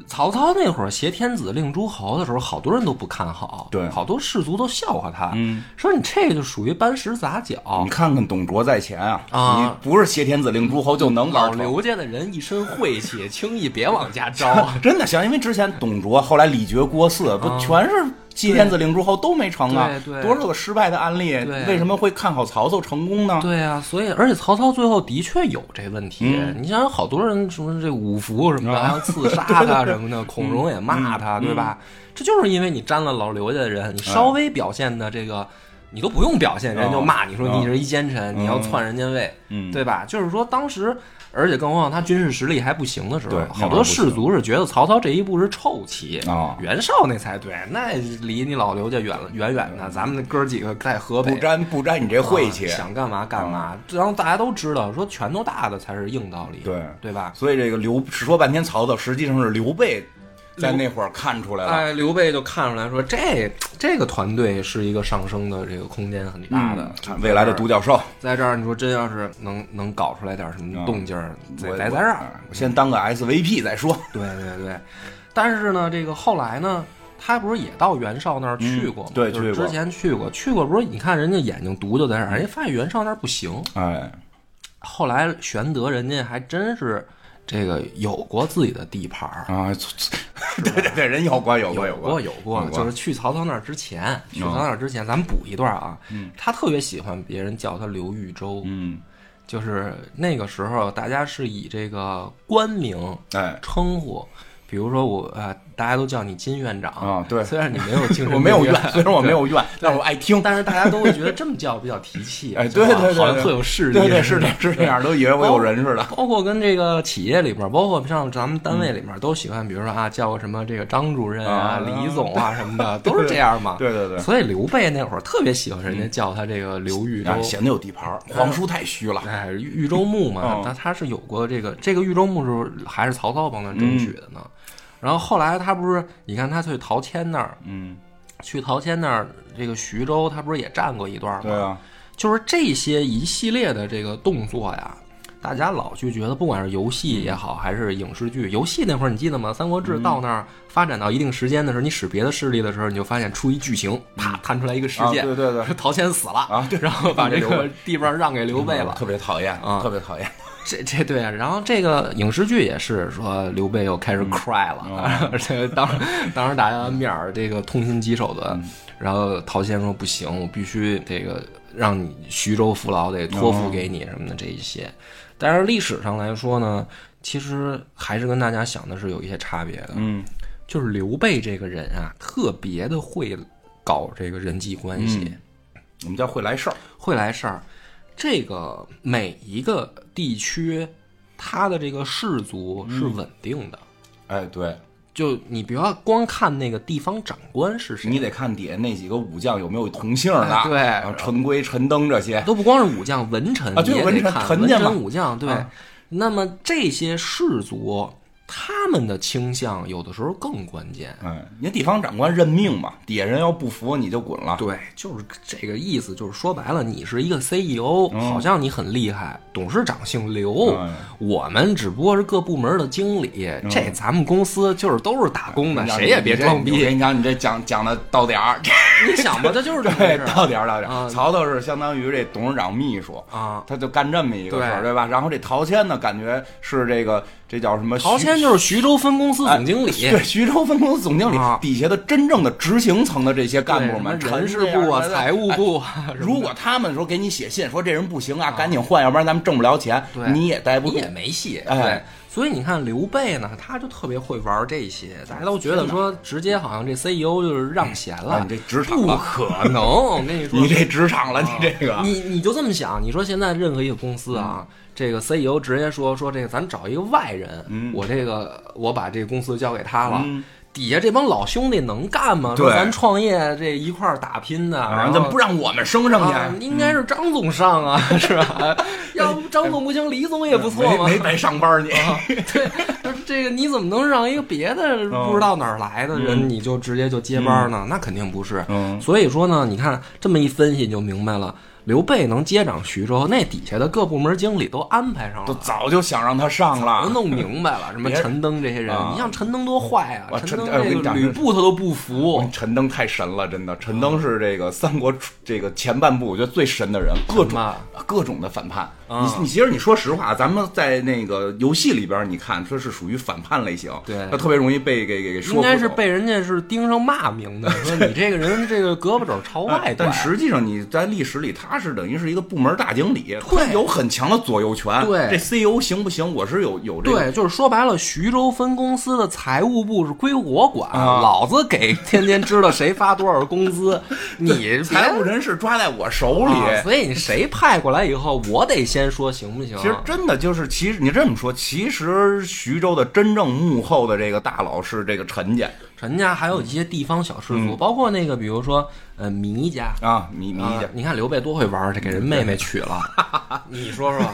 曹操那会儿挟天子令诸侯的时候，好多人都不看好，
对
好多士族都笑话他，说你这个就属于搬石砸脚。
你看看董卓在前啊，
啊
你不是挟天子令诸侯就能玩
老
成
刘家的人一身晦气，轻易别往家 招。
啊真的像，因为之前董卓，后来李傕、郭汜，不全是挟天子令诸侯都没成啊？
啊对对
多少个失败的案例
对，
为什么会看好曹操成功呢？
对啊，所以而且曹操最后的确有这问题。
嗯
你想想，好多人什么这五福什么的，
啊
还要刺杀他什么 的，嗯孔融也骂他，对吧？
嗯
这就是因为你沾了老刘家的人，你稍微表现的这个。你都不用表现，人家就骂你说你是一奸臣，你要篡人家位，
哦嗯
对吧？就是说当时，而且更何况他军事实力还不行的时候
对，
好
那会儿
多
不行
士族是觉得曹操这一步是臭棋
啊
袁绍那才对，那离你老刘家远了远远的，咱们哥几个在河北
不沾不沾你这晦气
啊。想干嘛干嘛。然后大家都知道，说拳头大的才是硬道理，
对
对吧？
所以这个刘说半天曹操，实际上是刘备在那会儿看出来了。
哎，刘备就看出来说，这这个团队是一个上升的这个空间很大的
嗯，看未来的独角兽，
在这儿你说真要是能能搞出来点什么动静儿，在
我
在这儿，
我先当个 SVP 再说。
对对对。但是呢，这个后来呢，他不是也到袁绍那儿嗯去过吗？
对
就是
去过
之前去过，去过不是？你看人家眼睛毒就在这儿，人家发现袁绍那儿不行，
哎，
后来玄德人家还真是这个有过自己的地盘儿。
啊， 对对对，人有过有过有
过有过
有，过嗯
就是去曹操那儿之前，去曹操那儿之前，咱们补一段啊。他特别喜欢别人叫他刘豫州，
嗯，
就是那个时候大家是以这个官名
哎，
称呼，比如说我呃大家都叫你金院长
啊对
虽然你没有精神，
我没有怨，虽然我没有怨，但是我爱听。
但是大家都会觉得这么叫比较提气，是
哎，
吧
对对对，
好像
对
特有势力，
对对是这是这样，都以为我有人似的。
包括跟这个企业里边，包括像咱们单位里面，都喜欢，比如说啊，叫我什么这个张主任啊、
啊
李总啊什么 的，都是这样嘛。
对对对
所以刘备那会儿特别喜欢人家叫他这个刘豫州
哎，显得有底盘儿，皇叔太虚了。
哎，豫州牧嘛
嗯，
他他是有过这个，这个豫州牧是还是曹操帮他争取的呢。
嗯
然后后来他不是，你看他去陶谦那儿，
嗯，
去陶谦那儿，这个徐州他不是也站过一段吗？
对啊，
就是这些一系列的这个动作呀，大家老去觉得，不管是游戏
嗯
也好，还是影视剧，游戏那会儿你记得吗？《三国志》到那儿发展到一定时间的时候，你使别的势力的时候，你就发现出一剧情，啪弹出来一个事件，
啊对对对
说陶谦死了
啊对
然后 把这
刘
个
备
地方让给刘备了，
特别讨厌，
啊
特别讨厌。
这这对啊，然后这个影视剧也是说刘备又开始 cry 了， 这个当当着大家的面儿这个痛心疾首的，然后陶谦说不行，我必须这个让你徐州父老得托付给你什么的这一些，但是历史上来说呢，其实还是跟大家想的是有一些差别的，
嗯
就是刘备这个人啊，特别的会搞这个人际关系，
我们叫会来事儿，
会来事儿。这个每一个地区，它的这个氏族是
嗯
稳定的。
哎，对
就你不要光看那个地方长官是谁，
你得看底下那几个武将有没有同姓的
哎，对
然后陈规、陈登这些，
都不光是武将，文臣
啊对
你也
文
得
臣
看
臣
文
家嘛啊
臣武将对。那么这些氏族，他们的倾向有的时候更关键。
哎，你地方长官任命嘛，底下人要不服你就滚了。
对，就是这个意思，就是说白了，你是一个 CEO，、好像你很厉害，董事长姓刘，
嗯
我们只不过是各部门的经理，这咱们公司就是都是打工的，
嗯让你
谁也别装
我跟
逼。
你讲，你这讲讲的到点 儿，
你想吧，他就是这么回
对，
事
到点儿到点
啊
儿。曹操是相当于这董事长秘书，
啊。
他就干这么一个事儿，
对
对吧？然后这陶谦呢，感觉是这个这叫什么？
陶谦
徐
就是徐州分公司总经理，
哎对徐州分公司总经理
啊
底下的真正的执行层的这些干部们，
对什么人事
陈这样
部啊、
的哎
财务部啊，什么的
如果他们说给你写信说这人不行啊，赶紧换，要不然咱们挣不了钱
对，
你也待不
你
住
也。没戏。
哎
对，所以你看刘备呢，他就特别会玩这些，大家都觉得说直接好像这 CEO 就是让贤
啊
了
你，这职场
不
了，
可能。我跟你说，
你这职场了，你这个
你你就这么想？你说现在任何一个公司
嗯
啊，这个 CEO 直接说说这个，咱找一个外人，
嗯
我这个我把这个公司交给他了。底下这帮老兄弟能干吗？说
对
咱创业这一块儿打拼的，
啊，
然后
你怎么不让我们升上去？
啊？应该是张总上 啊，是吧？要不张总不行，李总也不错
没
嘛。啊
没白上班你。
对，就是这个你怎么能让一个别的
嗯
不知道哪儿来的人，你就直接就接班呢？那肯定不是。
嗯
所以说呢，你看这么一分析，你就明白了。刘备能接掌徐州，那底下的各部门经理都安排上
都
了，
早 就想让他上
都
了。
弄明白了。什么
别人
陈登这些人
啊，
你像陈登多坏啊！
我
陈登
陈哎我
这
跟
个
你讲
吕布他都不服，
陈登太神了，
哦
真的，陈登是这个三国出这个前半部我觉得最神的人，各
神
种
吧
各种的反叛。
嗯
你你其实你说实话，咱们在那个游戏里边，你看说是属于反叛类型，
对
他特别容易被给给给说
应该是
不懂
被人家是盯上骂名的，说你这个人这个胳膊肘朝外
哎
拐。
但
啊
实际上你在历史里，他是等于是一个部门大经理，他有很强的左右权。
对
这 CEO 行不行？我是有有这个。
对，就是说白了，徐州分公司的财务部是归我管，
啊
老子给天天知道谁发多少工 资，你
财务
别
人事抓在我手里，
啊所以你谁派过来以后，我得先说行不行？
其实真的就是，其实你这么说，其实徐州的真正幕后的这个大佬是这个陈家
陈家还有一些地方小氏
嗯
族，包括那个比如说呃糜家。
啊，米米
啊
家，
你看刘备多会玩儿，这给人妹妹娶 了，你说说，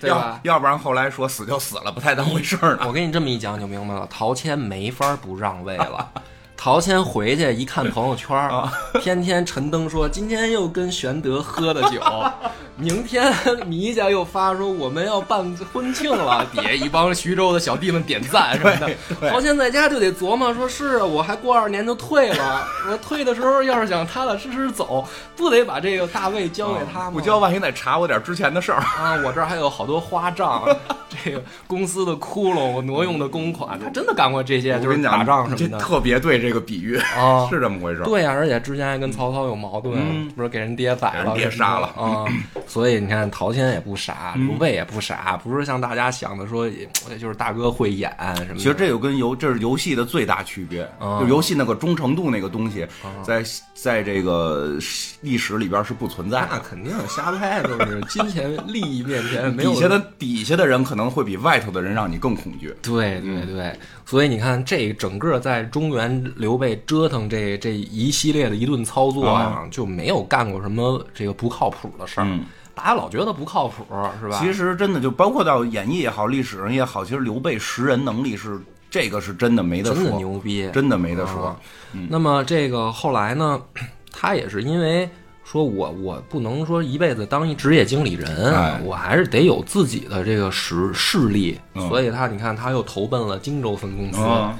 对
要
吧？
要不然后来说死就死了，不太当回事儿呢。
我跟你这么一讲，你就明白了，陶谦没法不让位了。 陶谦回去一看朋友圈儿，
啊
天天陈登说今天又跟玄德喝的酒， 明天迷家又发说我们要办婚庆 了，底下一帮徐州的小弟们点赞什么的。陶谦在家就得琢磨说，是啊，我还过二年就退了，我退的时候要是想踏踏实实走，不得把这个大位交给他吗？
啊不交，万一再查我点之前的 事儿。
啊，我这儿还有好多花账，啊 这个公司的窟窿，我挪用的公款，他真的干过这些，
嗯我
就
跟
是
你讲，
打仗什
这
么的。
特别对这这个比喻，
啊，
是这么回事儿。
对呀、而且之前还跟曹操有矛盾，
嗯
不是给人爹宰了，
给人爹杀了嗯
啊、所以你看，陶谦也不傻，刘备也不傻，不是像大家想的说，也就是大哥会演什么的。
其实这有跟游这是游戏的最大区别，
啊
就游戏那个忠诚度那个东西，在在这个历史里边是不存在
那
的。
肯定瞎拍，都是金钱利益面 前没有
底下的底下的人可能会比外头的人让你更恐惧。
对对
嗯
对，所以你看，这整个在中原刘备折腾这这一系列的一顿操作啊，就没有干过什么这个不靠谱的事儿。
嗯
大家老觉得不靠谱是吧？
其实真的就包括到演义也好，历史上也好，其实刘备识人能力是这个是真的没得
真的
说，
牛逼，
真的没得说
啊。
嗯
那么这个后来呢， 他也是因为说我我不能说一辈子当一职业经理人，
哎
我还是得有自己的这个实势力，
嗯
所以他你看他又投奔了荆州分公司。
嗯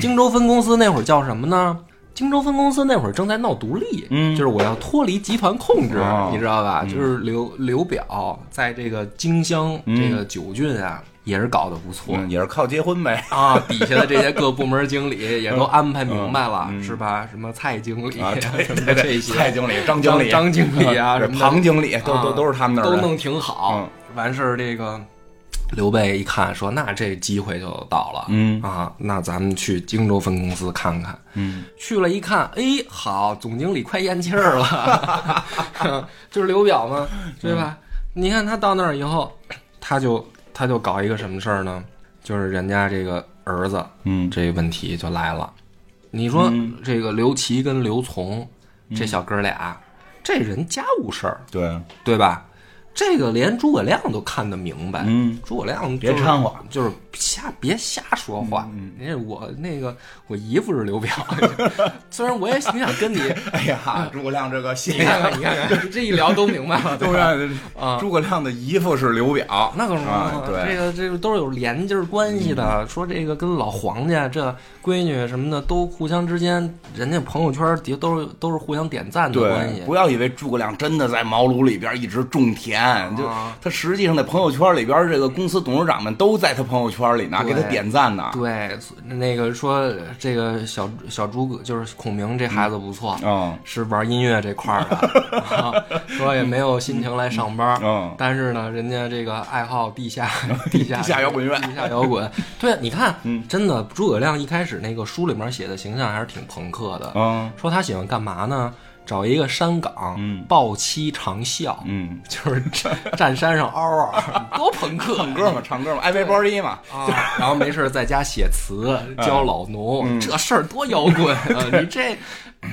荆州分公司那会儿叫什么呢？荆州分公司那会儿正在闹独立，
嗯
就是我要脱离集团控制，
哦
你知道吧？就是刘刘表在这个荆襄、这个九郡啊，也是搞得不错，
嗯，也是靠结 婚呗。
啊，底下的这些各部门经理也都安排明白了，是吧？什么蔡经理
嗯啊，对
什
对
么
对
这，些，
蔡经理、张经
张
理、
张经理 啊，
这
什么
庞经理，都都
啊
都是他们那儿嗯
都
人
弄挺好。完事儿，这个刘备一看说，那这机会就到了，
嗯
啊，那咱们去荆州分公司看看。
嗯，
去了一看，哎，好，总经理快咽气儿了， 就是刘表嘛，对吧？
嗯
你看他到那儿以后，他就他就搞一个什么事儿呢？就是人家这个儿子，
嗯
这个问题就来了。你说
嗯
这个刘琦跟刘琮这小哥俩，这人家务事儿，
对，
对吧？这个连诸葛亮都看得明白，
嗯，
诸葛亮
别
就是
掺和，嗯
就是瞎别瞎说话。你看我那个我姨夫是刘表， 虽然我也挺想 跟你，
哎呀，诸葛亮这个谢
你看看你看看，这一聊都明白了，对
哎诸
吧？
葛亮
啊
诸葛亮的姨夫是刘表，
那可不
啊
嘛，这
对，嗯
个这个都是有连襟儿关系的。说这个跟老黄家这闺女什么的，都互相之间，人家朋友圈底下都是都是互相点赞的关系
对，。不要以为诸葛亮真的在茅庐里边一直种田，就
啊
他实际上在朋友圈里边，这个公司董事长们都在他朋友圈里呢，给
对
他点赞呢。
对，那个说这个小小诸葛就是孔明这孩子不错，
嗯
是玩音乐这块儿的，啊 说也没有心情来上班，
嗯
但是呢，人家这个爱好地下 地下
地下摇滚乐嗯
地下摇滚，对，你看，真的，诸葛亮一开始那个书里面写的形象还是挺朋克的，
嗯
说他喜欢干嘛呢？找一个山岗，
嗯
抱膝长啸，
嗯，
就是站站山上嗷 嗷，多朋克，
唱歌嘛，唱歌嘛，爱背包衣嘛，
啊，然后没事儿在家写词，
嗯
教老农，这事儿多摇 滚啊！你这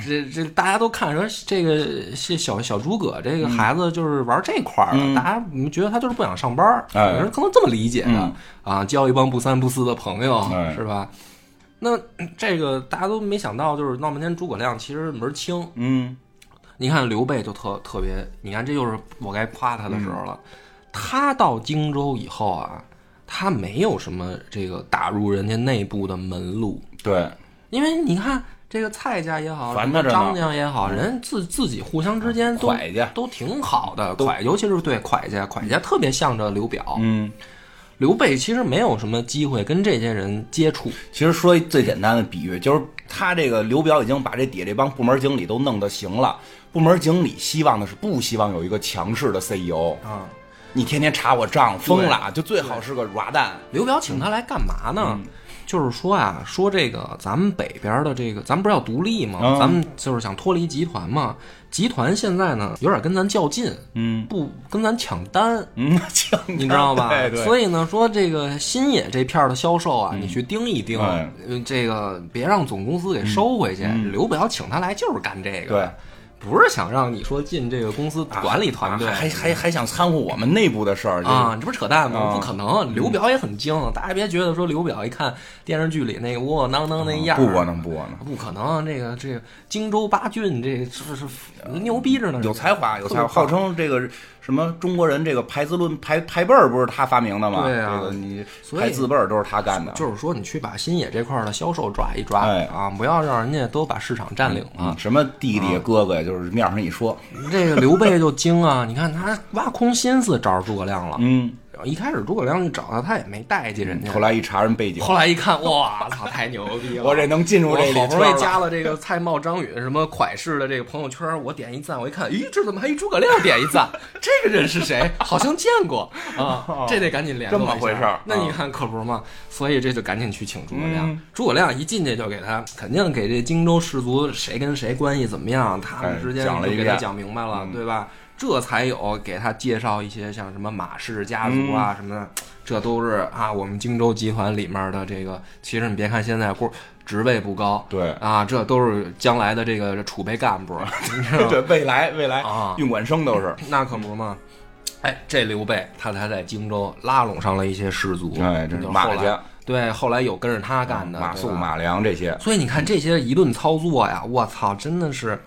这这，大家都看说这个这小小诸葛这
嗯
个孩子就是玩这块儿的，大家你们觉得他就是不想上班儿，
哎
有人可能这么理解的、
嗯
啊，交一帮不三不四的朋友、
哎
是吧？那这个大家都没想到，就是闹半天诸葛亮其实门儿清，
嗯
你看刘备就特特别，你看这就是我该夸他的时候了。
嗯
他到荆州以后啊，他没有什么这个打入人家内部的门路，
对，
因为你看这个蔡家也好，
烦他着呢嗯
张家也好，人自自己互相之间都
会计
都挺好的，会尤其是对会计，会计特别向着刘表。
嗯。
刘备其实没有什么机会跟这些人接触，
其实说一最简单的比喻，就是他这个刘表已经把这底下这帮部门经理都弄得行了。部门经理希望的是不希望有一个强势的 CEO
啊？
你天天查我账，疯了，就最好是个 软蛋。
刘表请他来干嘛
嗯
呢？就是说啊，说这个咱们北边的这个，咱们不是要独立吗？
嗯
咱们就是想脱离集团嘛。集团现在呢，有点跟咱较劲，
嗯
不跟咱抢单，
嗯，强大，
你知道吧？
对对，嗯
所以呢，说这个新野这片儿的销售啊，你去盯一盯，
哎嗯
呃这个别让总公司给收回去。刘表请他来就是干这个，
对，
不是想让你说进这个公司管理团队，
啊还还还想掺和我们内部的事儿就是
啊，这不是扯淡吗？
啊
不可能，刘表也很精，大家别觉得说刘表一看电视剧里那个窝窝囊囊那样，
啊不窝，囊不窝囊，
不可能，啊这个这个荆州八郡这是是牛逼着呢，
呃有才华有才
特别
华，
棒
号称这个什么中国人这个排字论排排辈儿不是他发明的吗？
对啊
这个你
所以
排字辈儿都是他干的，
就是说，你去把新野这块儿的销售抓一抓、
哎
啊，不要让人家都把市场占领了。
嗯什么弟弟哥哥呀，就是面上一说，
这个刘备就精啊，你看他挖空心思找着诸葛亮了，
嗯，
一开始诸葛亮去找他，他也没待见人家。
后来一查人背景，
后来一看，哇操，太牛逼了！
我这能进入
我
这里
好
圈
不容易
了
加了这个蔡瑁、张允什么蒯氏的这个朋友圈，我点一赞，我一看，咦，这怎么还一诸葛亮点一赞？这个人是谁？好像见 过啊，这得赶紧联络一下。
这么回事儿
那你看可不是嘛，所以这就赶紧去请诸葛亮
嗯。
诸葛亮一进去就给他，肯定给这荆州士族谁跟谁关系怎么样，他们之间
哎讲了
就
一
给
遍嗯
他讲明白了，对吧？这才有给他介绍一些像什么马氏家族
嗯
啊什么的，这都是啊我们荆州集团里面的这个。其实你别看现在官职位不高，
对
啊，这都是将来的这个储备干部，你知道吗？
对，未来未来
啊
运管生都是，
那可不嘛。哎，这刘备他才在荆州拉拢上了一些士族，
哎这
就是后
马
来
家
对，后来有跟着他干的，
马
对
谡、
吧
马良这些，
所以你看这些一顿操作呀，我操，真的是，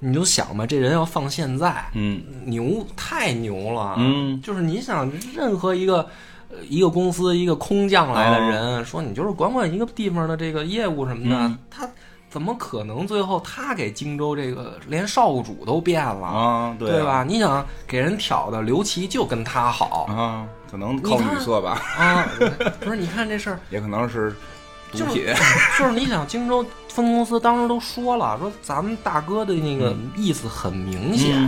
你就想吧，这人要放现在，
嗯，
牛太牛了，
嗯，
就是你想任何一个。呃一个公司一个空降来
哦
的人、说你就是管管一个地方的这个业务什么的，
嗯
他怎么可能最后他给荆州这个连少主都变了，
啊，
对
对啊？
吧？你想给人挑的刘琦就跟他好
啊，可能靠女色吧，
啊，不是？你看这事儿，
也可能是毒
就是
品，
就是你想荆州分公司当时都说了，说咱们大哥的那个
嗯
意思很明显，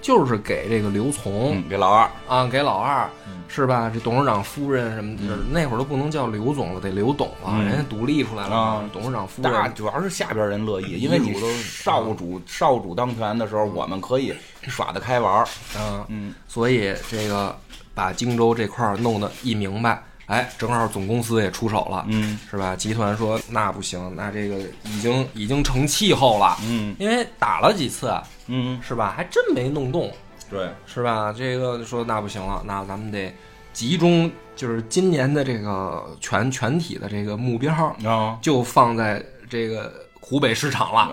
就是给这个刘琮、
嗯，给老二，
啊，给老二
嗯
是吧？这董事长夫人什么的，那会儿都不能叫刘总了，得刘董了，
嗯
人家独立出来了嘛
啊
董事长夫人
大主要是下边人乐意，因为你
遗嘱都
少主少主当权的时候，
嗯
我们可以耍得开玩儿，
啊，
嗯，
所以这个把荆州这块儿弄得一明白，哎，正好总公司也出手了，
嗯
是吧？集团说那不行，那这个已经已经成气候了，
嗯
因为打了几次
嗯，
是吧，还真没弄动，
对，
是吧？这个说那不行了，那咱们得集中，就是今年的这个全全体的这个目标，
啊，
就放在这个湖北市场 了。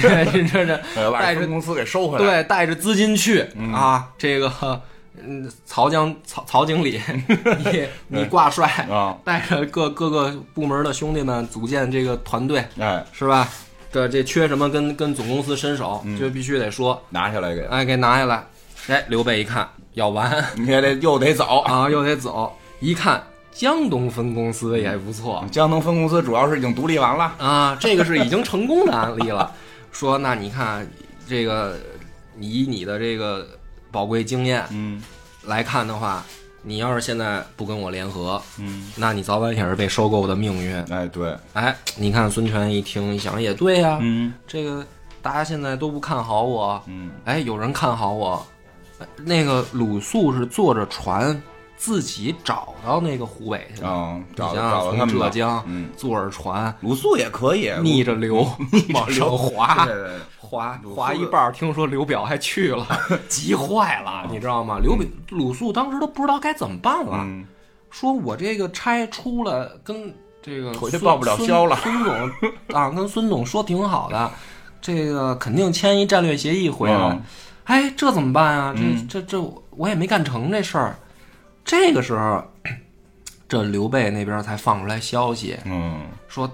这这这
呃
这
把
带
分
着
公司给收回来，
对带着资金去、啊，这个嗯，曹江曹曹经 理，你你挂帅
啊，
带着各各个部门的兄弟们组建这个团队，
哎，
是吧？这这缺什么跟跟总公司伸手，
嗯
就必须得说，
拿下来给，
哎，给拿下来。哎，刘备一看要完
你也得又得走。
啊，又得走，一看江东分公司也不错，
江东分公司主要是已经独立完了，
啊，这个是已经成功的案例了。说，那你看这个，你以你的这个宝贵经验
嗯
来看的话，你要是现在不跟我联合，
嗯，
那你早晚也是被收购的命运。
哎对，
哎，你看孙权一听，一想也对呀、
嗯
这个大家现在都不看好我，
嗯
哎，有人看好我。哎那个鲁肃是坐着船自己找到那个湖北去的，
啊，
你
找
想
了
想
找了他
从
们吧
浙江、
嗯，
坐着船。
鲁肃也可以，
逆着流，
嗯
往上滑，
对对对
滑
鲁肃
滑一半儿，听说刘表还去 了，急坏了，你知道吗？刘表鲁肃当时都不知道该怎么办了，
嗯
说我这个差出了，跟这个
回去
孙
报不了
孙
销了
孙 总啊，跟孙总说挺好的，这个肯定签一战略协议回来
嗯。
哎，这怎么办啊？
嗯
这这这我也没干成这事儿。这个时候， 这刘备那边才放出来消息
嗯，
说。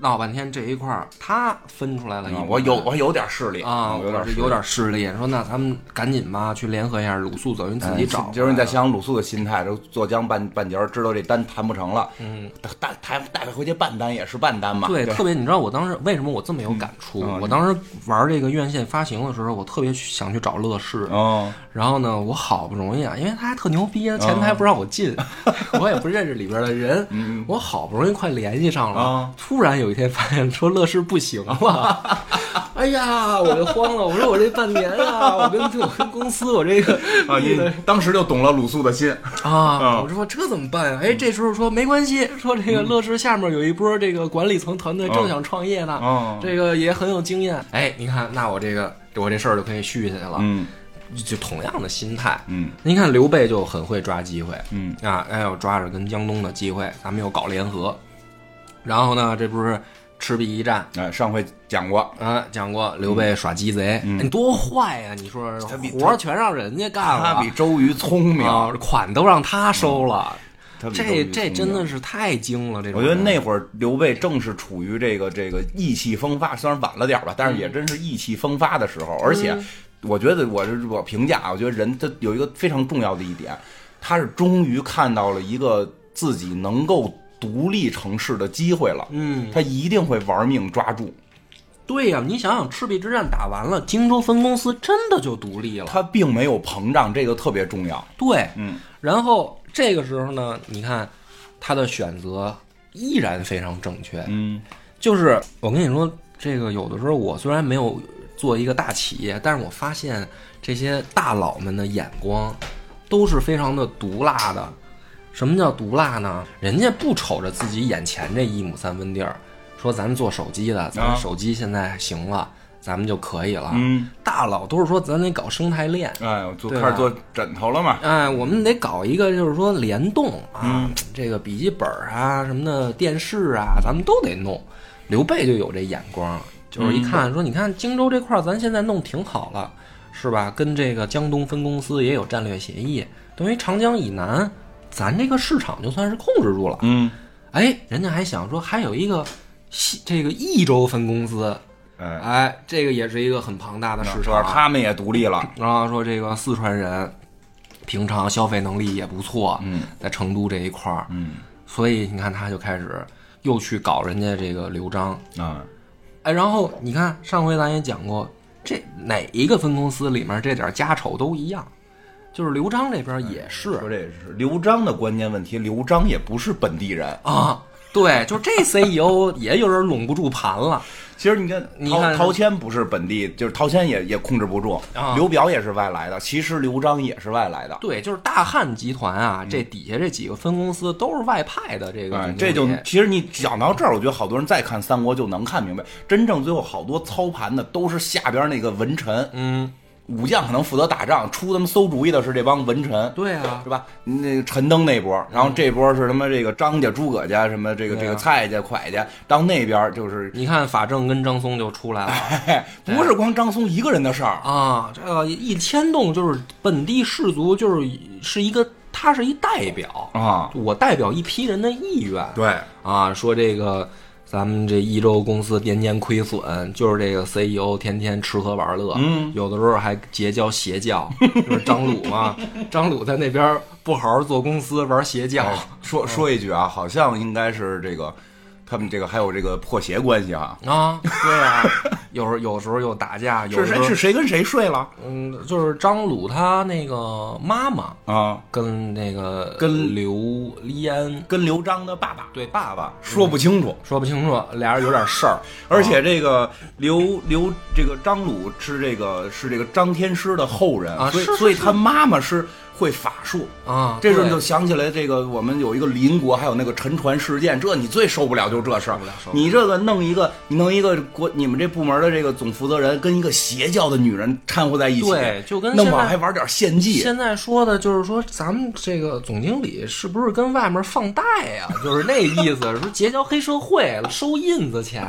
闹半天这一块儿，他分出来了一部
啊
分，
我有我有点势力
嗯啊，
我有点
是
势力
有点势力。说那咱们赶紧吧，去联合一下鲁肃，走人自己找。
哎就是你再，想想鲁肃的心态，就坐江半半截儿，知道这单谈不成了，嗯，带带带回去半单也是半单嘛，
对，
对
特别你知道我当时为什么我这么有感触？
嗯啊
我当时玩这个院线发行的时候，我特别去想去找乐视，
哦，
然后呢，我好不容易啊，因为他还特牛逼啊，前台不让我 进，我也不认识里边的人，我好不容易快联系上了，
嗯啊
突然有一天发现说乐视不行 了，哎呀，我就慌了，我说我这半年啊， 我跟我跟公司我这个
啊，你当时就懂了鲁肃的心，
啊，我说这怎么办呀、
嗯
哎，这时候说没关系，说这个乐视下面有一波这个管理层团队
啊
正想创业呢，
哦
这个也很有经验。哎，你看，那我这个我这事儿就可以续下去了，
嗯
就同样的心态。
嗯
您看刘备就很会抓机会，
嗯
啊，哎呦，抓着跟江东的机会，咱们又搞联合，然后呢，这不是赤壁一战。
哎，上回讲过，
啊，讲过刘备耍鸡贼，
嗯
哎你多坏呀、你说
他比
活儿全让人家干了，
他比周瑜聪明，嗯
啊，款都让他收了，
他比周
这
瑜
这
聪
真的
明。
是太精了，这种
我觉得
人
那会儿刘备正是处于这个这个意气风发，虽然晚了点儿吧，但是也真是意气风发的嗯时候。而且，我觉得我是我评价啊，我觉得人他有一个非常重要的一点，他是终于看到了一个自己能够独立成事的机会了，
嗯，
他一定会玩命抓住。
对呀、你想想，赤壁之战打完了，荆州分公司真的就独立了。
他并没有膨胀，这个特别重要。
对，
嗯，
然后这个时候呢，你看他的选择依然非常正确。
嗯
就是我跟你说，这个有的时候我虽然没有做一个大企业，但是我发现这些大佬们的眼光都是非常的毒辣的。什么叫毒辣呢？人家不瞅着自己眼前这一亩三分地儿，说咱们做手机的，咱
啊
们手机现在行了，咱们就可以了。
嗯，
大佬都是说咱得搞生态链，
哎，我做
对
开
吧
始做枕头了嘛。
哎，我们得搞一个，就是说联动啊，
嗯
这个笔记本啊什么的，电视啊，咱们都得弄。刘备就有这眼光，就是一看说，你看荆州这块儿，咱现在弄挺好了，是吧？跟这个江东分公司也有战略协议，等于长江以南，咱这个市场就算是控制住了。
嗯，
哎，人家还想说还有一个西这个益州分公司，
哎，嗯
哎，这个也是一个很庞大的市
这
场。啊
他们也独立了。
然后说这个四川人平常消费能力也不错，
嗯，
在成都这一块儿，
嗯
所以你看他就开始又去搞人家这个刘璋，
啊，
哎，然后你看上回咱也讲过，这哪一个分公司里面这点家丑都一样，就是刘璋这边也是
说这也是刘璋的关键问题，刘璋也不是本地人。
啊，对，就这 CEO 也有点拢不住盘了，
其实你看，
你
陶
看
陶谦不是本地，就是陶谦也也控制不住，
啊
刘表也是外来的，其实刘璋也是外来的。
对，就是大汉集团啊，这底下这几个分公司都是外派的这个
嗯哎
总，经
这就
理
其实你讲到这儿，我觉得好多人再看三国就能看明白，真正最后好多操盘的都是下边那个文臣，
嗯，
武将可能负责打仗，出他们馊主意的是这帮文臣，
对啊嗯
是吧？那个陈登那波，然后这波是他妈这个张家、诸葛家，什么这个
对啊
这个蔡家、蒯家，到那边就是，
你看法正跟张松就出来了。
哎， 不是光张松一个人的事儿，
啊，这个一牵动就是本地氏族，就是是一个，他是一代表
啊
我代表一批人的意愿。
对，
啊，说这个咱们这益州公司年年亏损，就是这个 CEO 天天吃喝玩乐，
嗯，
有的时候还结交邪 教，就是张鲁嘛，张鲁在那边不好好做公司，玩邪教。
哎说说一句啊，好像应该是这个，他们这个还有这个破鞋关系啊，
啊，对啊，有时候有时候又打架，有
是
时
谁
候
是谁跟谁睡了
嗯，就是张鲁他那个妈妈，
啊？
跟那个
跟
刘焉
跟刘璋的爸嗯爸
对爸爸
说不清楚，
说不清楚，俩人有点事儿，
而且这个刘刘这个张鲁是这个是这个张天师的后人，
啊
所以
是是
所以他妈妈是会法术。
啊，
这时候
对
你就想起来，这个我们有一个邻国，还有那个沉船事件，这你最受不了就这事儿
受不了受。不了
你这个弄一个，你弄一个国，你们这部门的这个总负责人跟一个邪教的女人掺和在一起，
对就跟
弄
现在
好还玩点献祭，
现在说的就是说咱们这个总经理是不是跟外面放贷呀、就是那意思， 说结交黑社会收印子钱。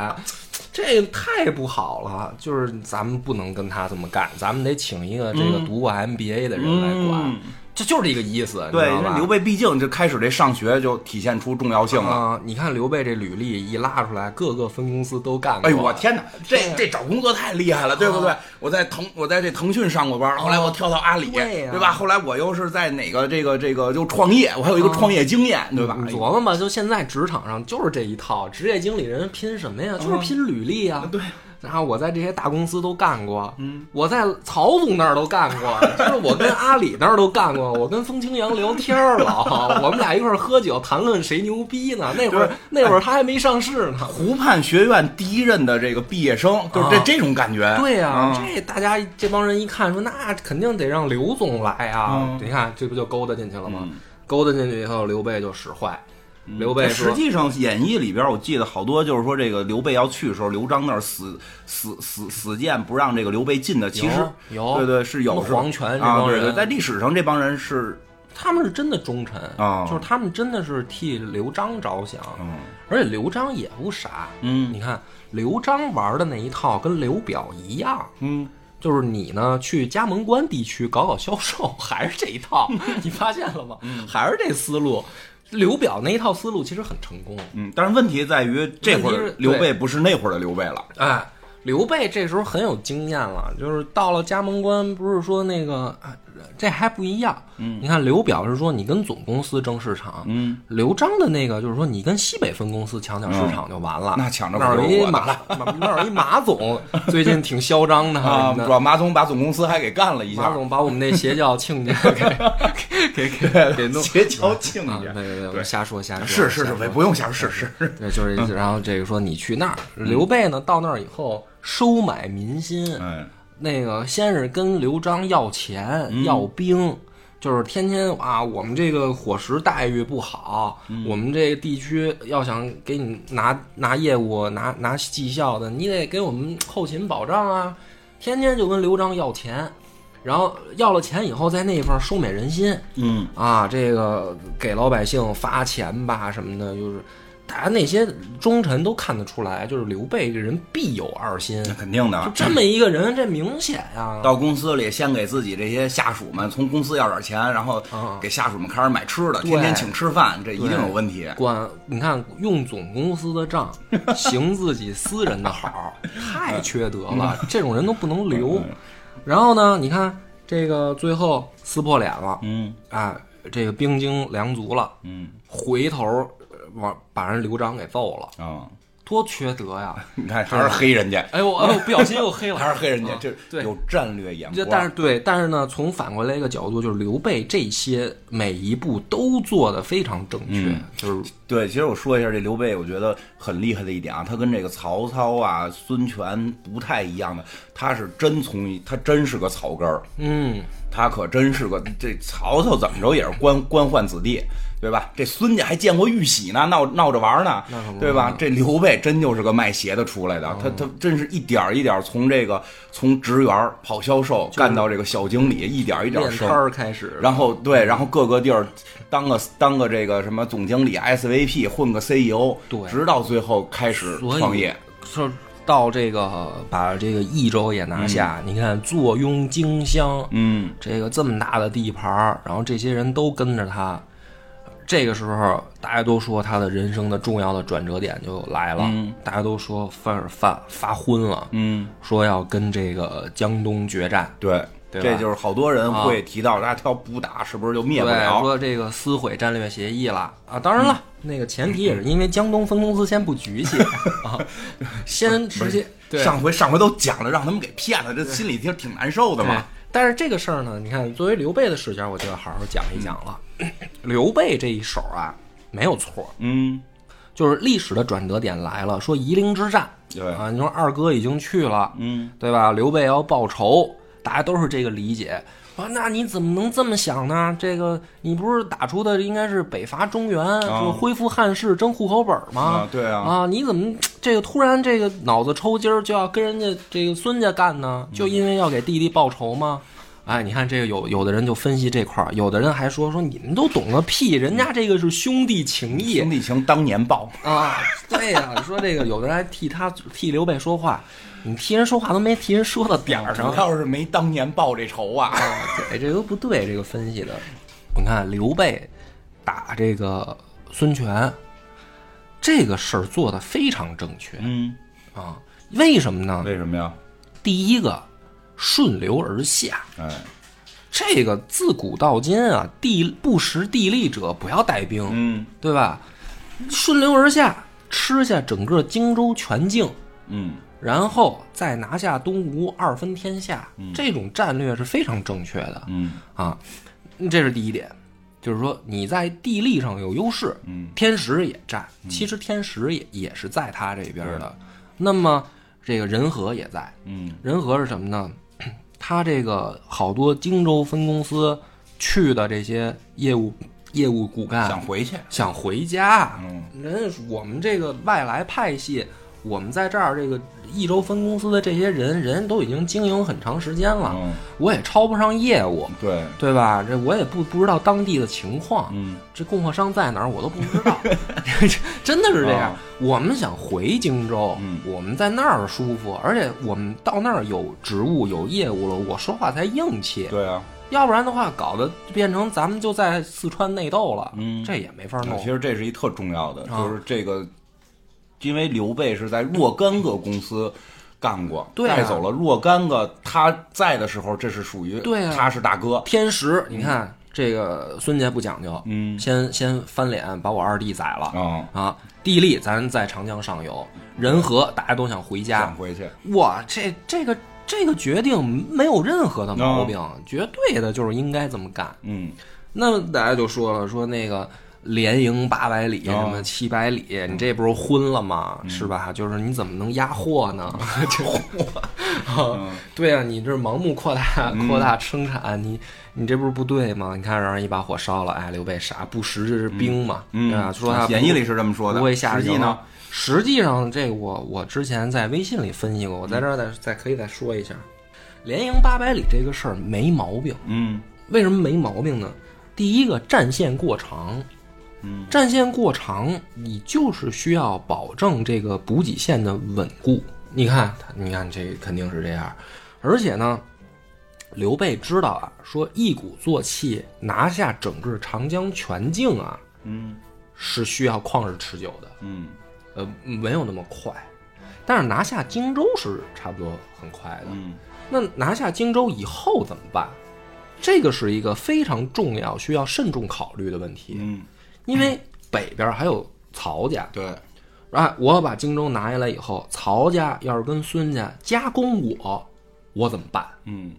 这太不好了，就是咱们不能跟他这么干，咱们得请一个这个读过 MBA 的人来管，
嗯
这就是这个意思，你知
对，
道吧
那刘备毕竟就开始这上学就体现出重要性了。
啊、你看刘备这履历一拉出来，各个分公司都干过。
哎呦，我天哪，啊
天
这
呀
这找工作太厉害了，对不对？我在腾我在这腾讯上过班，后来我跳到阿里，
对呀
啊对吧？后来我又是在哪个这个这个就创业，我还有一个创业经验，对吧？
你琢磨吧，就现在职场上就是这一套，职业经理人拼什么呀？就是拼履历啊。
嗯对。
然后我在这些大公司都干过，嗯，我在曹总那儿都干过， 就是我跟阿里那儿都干过，我跟风清扬聊天儿了，我们俩一块儿喝酒谈论谁牛逼呢？那会儿
对
那会儿他还没上市呢。
湖畔学院第一任的这个毕业生，就是这、
啊
这种感觉。
对呀、
嗯
这大家这帮人一看说，那肯定得让刘总来啊！
嗯
你看这不就勾搭进去了吗？
嗯
勾搭进去以后，刘备就使坏。刘备说
实际上，《演义》里边我记得好多就是说，这个刘备要去的时候，刘璋那儿死死死死谏不让这个刘备进的，其实
有有
对对是有
什么黄权这
啊，
帮
对对，
人
在历史上这帮人是
他们是真的忠臣
哦
就是他们真的是替刘璋着想，
嗯
而且刘璋也不傻。
嗯
你看刘璋玩的那一套跟刘表一样，
嗯
就是你呢去嘉盟关地区搞搞销售，还是这一套， 你发现了吗？
嗯
还是这思路。刘表那一套思路其实很成功，
嗯，但是问题在于这会
问题
儿
是
刘备
对
不是那会儿的刘备了。
哎，刘备这时候很有经验了，就是到了嘉盟关，不是说那个啊人，这还不一样。嗯，你看刘表是说你跟总公司争市场，
嗯，
刘璋的那个就是说你跟西北分公司抢抢市场就完了。
嗯那抢着
那
可
儿
是
有
我
一
的
马大，马那儿有一马 总，最近挺嚣张的
啊，
你知道
主要马总把总公司还给干了一下
马，总把我们那邪教 亲家给 给给给给弄。
邪教庆
啊，
家
对对对，我们瞎说瞎说，
啊是是
瞎说
是，不嗯不用想，是是是，
对，就是然后这个说你去那儿，刘备呢到那儿以后收买民心，
嗯
那个先是跟刘璋要钱、要兵，就是天天啊，我们这个伙食待遇不好，我们这个地区要想给你拿拿业务、拿拿绩效的，你得给我们后勤保障啊。天天就跟刘璋要钱，然后要了钱以后，在那方收买人心，
嗯，
啊，这个给老百姓发钱吧什么的，就是大家那些忠臣都看得出来，就是刘备这人必有二心，
那肯定
就
的。
这么一个人，这明显呀、
到公司里先给自己这些下属们从公司要点钱，然后
啊
给下属们开始买吃的，
对
天天请吃饭，这一定有问题。
管你看用总公司的 账，行自己私人的好，太缺德了，这种人都不能留。然后呢，你看这个最后撕破脸了，
嗯
啊，这个兵精粮足了，
嗯
回头呃往把人刘璋给揍了，
啊，
多缺德 呀！
你看还是黑人家，
哎我哎我不小心又黑了，啊
还是黑人家，这
对
有战略眼
这
光。
但是对，但是呢，从反过来一个角度，就是刘备这些每一步都做得非常正确，
嗯
就是
对，其实我说一下这刘备，我觉得很厉害的一点啊，他跟这个曹操啊、孙权不太一样的，他是真从一，他真是个草根儿，
嗯，
他可真是个这曹操怎么着也是官官宦子弟，对吧？这孙家还见过玉玺呢，闹闹着玩儿呢
那可不，嗯
对吧？这刘备真就是个卖鞋的出来的，他他真是一点儿一点儿从这个从职员儿跑销售干到这个小经理，一点儿一点儿
练
升
摊。儿开始，
然后对，然后各个地儿当个当个这个什么总经理、SVP，混个 CEO，
对
直到最后开始
所以
创业。
说到这个把这个益州也拿下，你看坐拥荆襄，
嗯，
这个这么大的地盘儿，然后这些人都跟着他。这个时候，大家都说他的人生的重要的转折点就来了。大家都说发发发昏了，
嗯，
说要跟这个江东决战，
对，
对吧
这就是好多人
啊
会提到，大家要不打是不是就灭不
对，
了？
说这个撕毁战略协议了啊，当然了，那个前提也是因为江东分公司先不举起啊， 先直接对
上回上回都讲了，让他们给骗了，这心里挺挺难受的
对
嘛。
但是这个事儿呢，你看，作为刘备的视角，我就要好好讲一讲了。刘备这一手啊，没有错，
嗯，
就是历史的转折点来了。说夷陵之战，
对
啊，你说二哥已经去了，
嗯，
对吧？刘备要报仇，大家都是这个理解。啊，那你怎么能这么想呢？这个你不是打出的应该是北伐中原，说恢复汉室、争户口本吗？
啊对啊
啊，你怎么这个突然这个脑子抽筋儿就要跟人家这个孙家干呢？就
嗯
因为要给弟弟报仇吗？哎，你看这个有有的人就分析这块儿，有的人还说说你们都懂个屁，人家这个是兄弟情谊，
兄弟情当年 报，
啊，对呀、你说这个有的人还替他替刘备说话，你替人说话都没替人说到点儿
主
上，哦
要是没当年报这仇啊。
对，这都不对，这个分析的。你看刘备打这个孙权，这个事儿做的非常正确
嗯，
啊，为什么呢？
为什么呀？
第一个，顺流而下。
哎，
这个自古到今啊，地不识地利者不要带兵，
嗯
对吧？顺流而下，吃下整个荆州全境，
嗯，
然后再拿下东吴，二分天下，这种战略是非常正确的。
嗯
啊，这是第一点，就是说你在地利上有优势。嗯，天时也占，其实天时也也是在他这边的。那么这个人和也在，
嗯，
人和是什么呢？ 他这个好多荆州分公司去的这些业务业务骨干啊
想回去。
想回家。
嗯，
人家我们这个外来派系，我们在这儿这个益州分公司的这些人，人都已经经营很长时间了，
嗯，
我也抄不上业务，
对，
对吧？这我也不不知道当地的情况，
嗯
这供货商在哪儿我都不知 道，真的是这样。
啊
我们想回荆州，
嗯
我们在那儿舒服，而且我们到那儿有职务有业务了，我说话才硬气。
对啊。
要不然的话，搞得变成咱们就在四川内斗了，
嗯
这也没法
那
弄
其。实这是一特重要的，
啊
就是这个，因为刘备是在若干个公司干过，
对啊
带走了若干个他在的时候，这是属于
对啊
他是大哥，
天时，你看这个孙家不讲究，
嗯
先先翻脸把我二弟宰了、
嗯，
啊，地利咱在长江上游，仁和大家都想回家
想，回去，
哇，这这个这个决定没有任何的毛病，绝对的就是应该这么干。
嗯
那么大家就说了，说那个连营八百里，什么七百里，你这不是昏了吗？是吧？就是你怎么能压货呢？ 这 货，啊对啊，你这盲目扩大
嗯
扩大生产，你你这不是不对吗？你看让人一把火烧了，哎，刘备傻，不识这是兵嘛，对吧？
嗯，
说他
演义里是这么说的，
不会下
实际
手
呢，？
实际上，这个我我之前在微信里分析过，我在这儿再再可以再说一下，连营八百里这个事儿没毛病。
嗯
为什么没毛病呢？第一个，战线过长，
嗯，
战线过长，你就是需要保证这个补给线的稳固。你看，你看，这肯定是这样。而且呢，刘备知道啊，说一鼓作气拿下整个长江全境啊，
嗯
是需要旷日持久的。
嗯
呃，没有那么快，但是拿下荆州是差不多很快的。
嗯
那拿下荆州以后怎么办？这个是一个非常重要、需要慎重考虑的问题，
嗯，
因为北边还有曹家。
对，
啊，我把荆州拿下来以后，曹家要是跟孙家加攻我，我怎么办？
嗯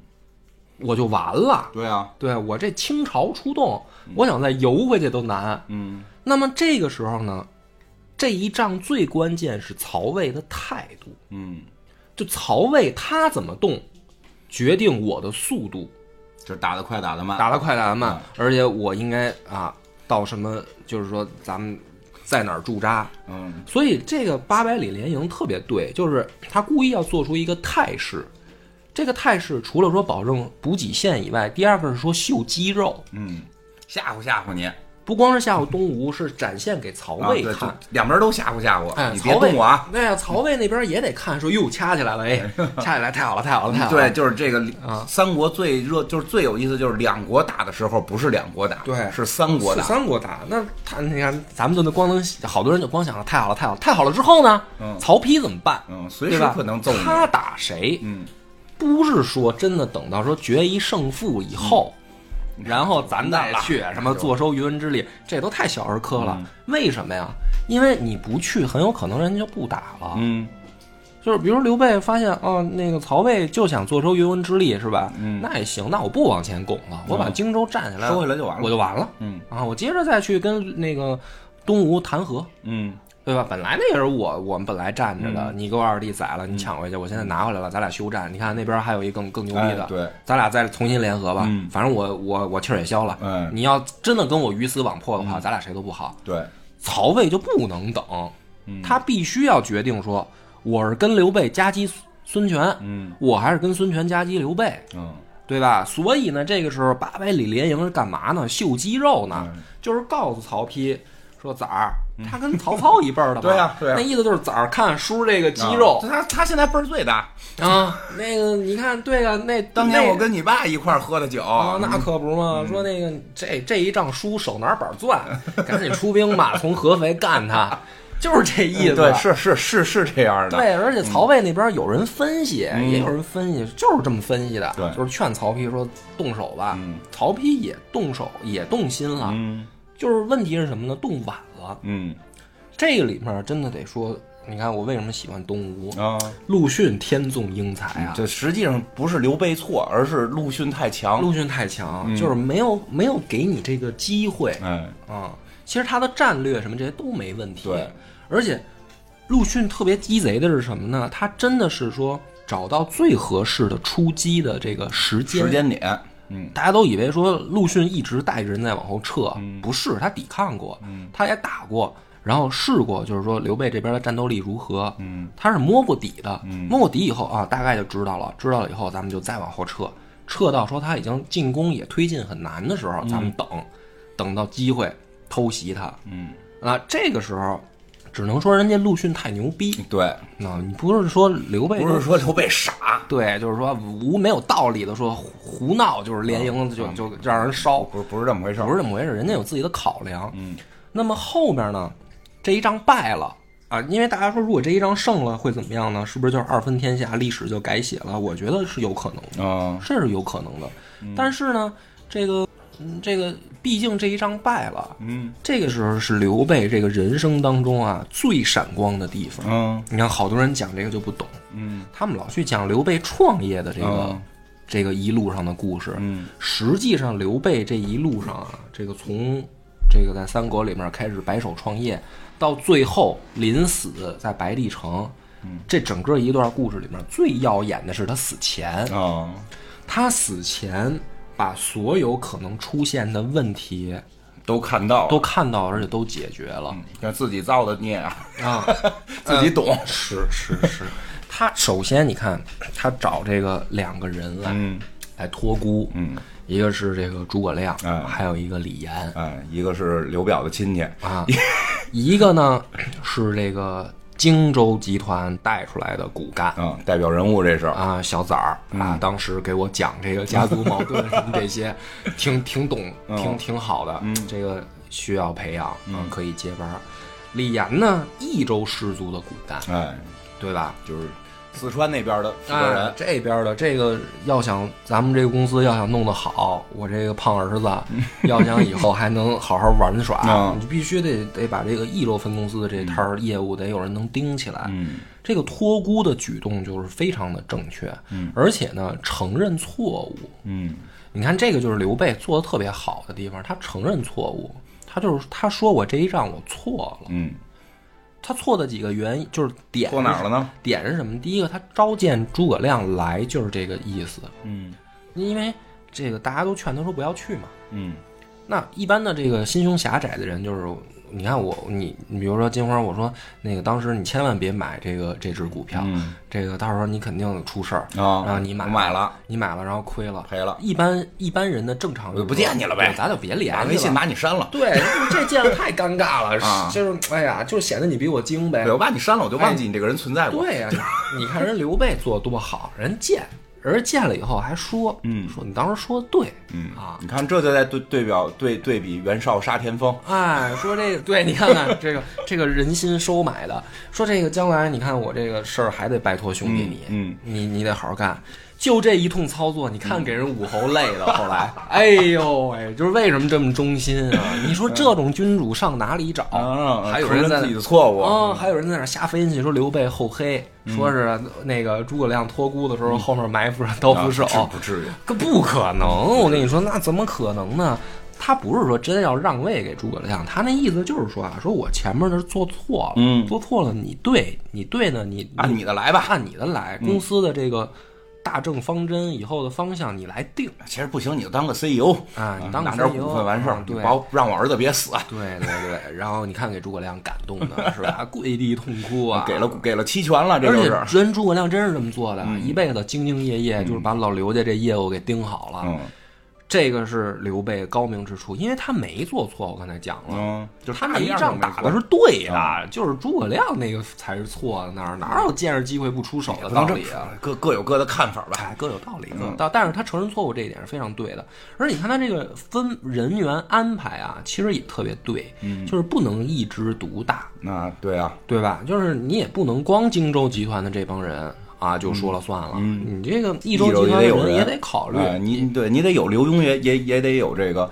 我就完了。
对啊，
对我这倾巢出动，我想再游回去都难。
嗯
那么这个时候呢，这一仗最关键是曹魏的态度，
嗯，
就曹魏他怎么动，决定我的速度，
就是打得快打得慢，
打得快打得
嗯
慢，而且我应该啊到什么，就是说咱们在哪儿驻扎。
嗯
所以这个八百里连营特别对，就是他故意要做出一个态势。这个态势除了说保证补给线以外，第二个是说秀肌肉，
嗯，吓唬吓唬你，
不光是吓唬东吴，是展现给曹
啊
魏
对
看。
就两边都吓唬吓唬，
哎，
你
曹
别
魏
动我啊。！
对呀，曹魏那边也得看，说哟，掐起来了，哎，掐起来，太好了，太好了，太好了。
对，就是这个
啊
三国最热，就是最有意思，就是两国打的时候不是两国打，
对
是三国
是
打。
三国打，那他你看，咱们就那光能，好多人就光想着太好了，太好了，太好了之后呢，
嗯
曹丕怎么办？
嗯，随
对
时
吧？
可能揍你。
他打谁？
嗯，
不是说真的等到说决一胜负以后，
嗯
然后咱再去
那
什么坐收渔翁之利，这都太小儿科
嗯
了。为什么呀？因为你不去，很有可能人家就不打了。
嗯
就是比如刘备发现哦，那个曹魏就想坐收渔翁之利是吧？
嗯
那也行，那我不往前拱了，我把荆州占下来，
收回来就完了
我就完了
嗯
啊！我接着再去跟那个东吴谈和，
嗯
对吧？本来那也是我我们本来占着的，你给我二弟宰了，
嗯
你抢回去，我现在拿回来了，咱俩休战。你看那边还有一更更牛逼的，
哎对，
咱俩再重新联合吧。
嗯
反正我我我气儿也消了。
哎嗯
你要真的跟我鱼死网破的话，咱俩谁都不好。
对，
曹魏就不能等，
嗯
他必须要决定说，我是跟刘备夹击孙权，
嗯
我还是跟孙权夹击刘备，
嗯
对吧？所以呢，这个时候八百里连营是干嘛呢？秀肌肉呢，
嗯
就是告诉曹丕说崽儿，他跟曹操一辈儿的嘛，
对呀对呀
那意思就是崽儿看叔这个肌肉
啊他他现在辈儿最大。
啊那个你看，对啊，那
嗯当年我
那
跟你嗯爸一块儿喝的酒，
啊，那可不是嘛！说那个这这一仗输，手拿板钻，赶紧出兵吧，从合肥干他，就是这意思。
嗯
啊
对，是是是是这样的。
对，而且曹魏那边有人分析，也有人分析，就是这么分析的，
嗯对
就是劝曹丕说动手吧。
嗯
曹丕也动手，也动心了，
嗯
就是问题是什么呢？动晚了。
嗯
这个里面真的得说，你看我为什么喜欢东吴？
啊。嗯
陆逊天纵英才啊，
这实际上不是刘备错，而是陆逊太强。
陆逊太强，就是没有没有给你这个机会。
嗯
啊，其实他的战略什么这些都没问题。
对，
而且陆逊特别鸡贼的是什么呢？他真的是说找到最合适的出击的这个时间。
时间点，嗯
大家都以为说陆逊一直带着人在往后撤，
嗯
不是，他抵抗过，他也打过。然后试过，就是说刘备这边的战斗力如何？嗯，他是摸过底的，
嗯
摸过底以后啊，大概就知道了。知道了以后，咱们就再往后撤，撤到说他已经进攻也推进很难的时候，咱们等，等到机会偷袭他。
嗯，
啊，这个时候只能说人家陆逊太牛逼。
对，
啊，你不是说刘备
嗯不是说刘备傻，
对，就是说无没有道理的说胡胡闹，就是联营就
嗯
就让人烧，
不是不是这么回事儿。
不是这么回事，人家有自己的考量。嗯，那么后边呢，这一仗败了，啊，因为大家说如果这一仗胜了会怎么样呢？是不是就是二分天下，历史就改写了？我觉得是有可能的，
啊，
这是有可能的。但是呢，这个嗯这个毕竟这一仗败了，
嗯
这个时候是刘备这个人生当中啊最闪光的地方。
嗯
你看，好多人讲这个就不懂，
嗯
他们老去讲刘备创业的这个、
嗯
这个一路上的故事。
嗯
实际上，刘备这一路上啊，这个从这个在三国里面开始白手创业，到最后临死在白帝城，
嗯
这整个一段故事里面最耀眼的是他死前，
啊，
他死前把所有可能出现的问题
都看到了
都看到，而且都解决了
嗯看自己造的孽啊，
啊。
自己懂，
是是是， 他首先你看，他找这个两个人来、
嗯
来托孤，
嗯，
一个是这个诸葛亮，
哎
还有一个李岩
哎，一个是刘表的亲戚，
啊，一个呢是这个荆州集团带出来的骨干。
啊，代表人物这是，
啊，小崽儿啊，当时给我讲这个家族矛盾什么这些，挺挺懂，挺挺好的，这个需要培养，嗯，可以接班儿。李岩呢，益州氏族的骨干，
哎，
对吧？
就是四川那边的负责
哎
人，，
这边的这个要想咱们这个公司要想弄得好，我这个胖儿子要想以后还能好好玩 耍
嗯，
你必须得得把这个益州分公司的这摊儿业务得有人能盯起来。
嗯
这个托孤的举动就是非常的正确，而且呢承认错误。
嗯
你看这个就是刘备做的特别好的地方，他承认错误，他就是他说我这一仗我错了，
嗯，
他错的几个原因就是点
错哪儿了呢？
点是什么？第一个，他召见诸葛亮来就是这个意思，
嗯
因为这个大家都劝他说不要去嘛。
嗯
那一般的这个心胸狭窄的人，就是你看我你你比如说金花，我说那个当时你千万别买这个这只股票，
嗯
这个到时候你肯定出事儿，
啊，
然后你买
我买了，
你买了然后亏了
赔了
一般一般人的正常就是
我就不见你了呗
对咱就别联
把
系了。
微信把你删了，
对，就是这见的太尴尬了，
啊
是就是哎呀，就显得你比我精呗
对，。我把你删了，我就忘记你这个人存在过，
哎对呀、 你看人刘备做得多好，人见，人见了以后还说，
嗯
说你当时说的对，
嗯
啊
你看这就在对对表对对比袁绍杀田丰，
哎，说这个，对你看看这个这个人心收买的，说这个将来你看我这个事儿还得拜托兄弟你，
嗯嗯嗯
你你得好好干。就这一通操作，你看给人武侯累的。后来，哎呦喂，就是为什么这么忠心啊？你说这种君主上哪里找？
嗯啊，
还有
承
人
认
在那
自己的错误，
啊、还有人在那儿瞎分析，说刘备厚黑，
嗯
说是那个诸葛亮托孤的时候、后面埋伏着刀
啊
斧手，
这不至于，
可不可能？我跟你说，那怎么可能呢？他不是说真要让位给诸葛亮，他那意思就是说啊，说我前面那做错了，
嗯
做错了，你对，你对呢，你
按啊你的嗯来吧。
按你的来，公司的这个大政方针以后的方向你来定
其实不行，你就当个 E CEO
啊，你当
拿
个
点
CEO
股份完事
啊
儿，
对
把我让我儿子别死，啊
对对对，然后你看给诸葛亮感动的是吧？ 跪地痛哭啊，
给了给了期权了，这就是嗯
而且人诸葛亮真是这么做的，啊一辈子兢兢业业，就是把老刘家这业务给盯好了。
嗯
这个是刘备高明之处，因为他没做错。我刚才讲了，
嗯，就
他那一
样
仗
都没
打
错嗯
的是对的，就是诸葛亮那个才是错的那儿，哪有见着机会不出手的
不
道
能这么嗯
理啊？
说，各各有各的看法吧。
哎，各有道理，各有道。但是他承认错误这一点是非常对的。而你看他这个分人员安排啊，其实也特别对，
嗯
就是不能一枝独大。
那对啊，
对吧？就是你也不能光荆州集团的这帮人啊
嗯
就说了算了，你这个益
益
州
州
集团
嗯也得
的
有人
也得考虑。
哎你对你得有刘墉，也也也得有这个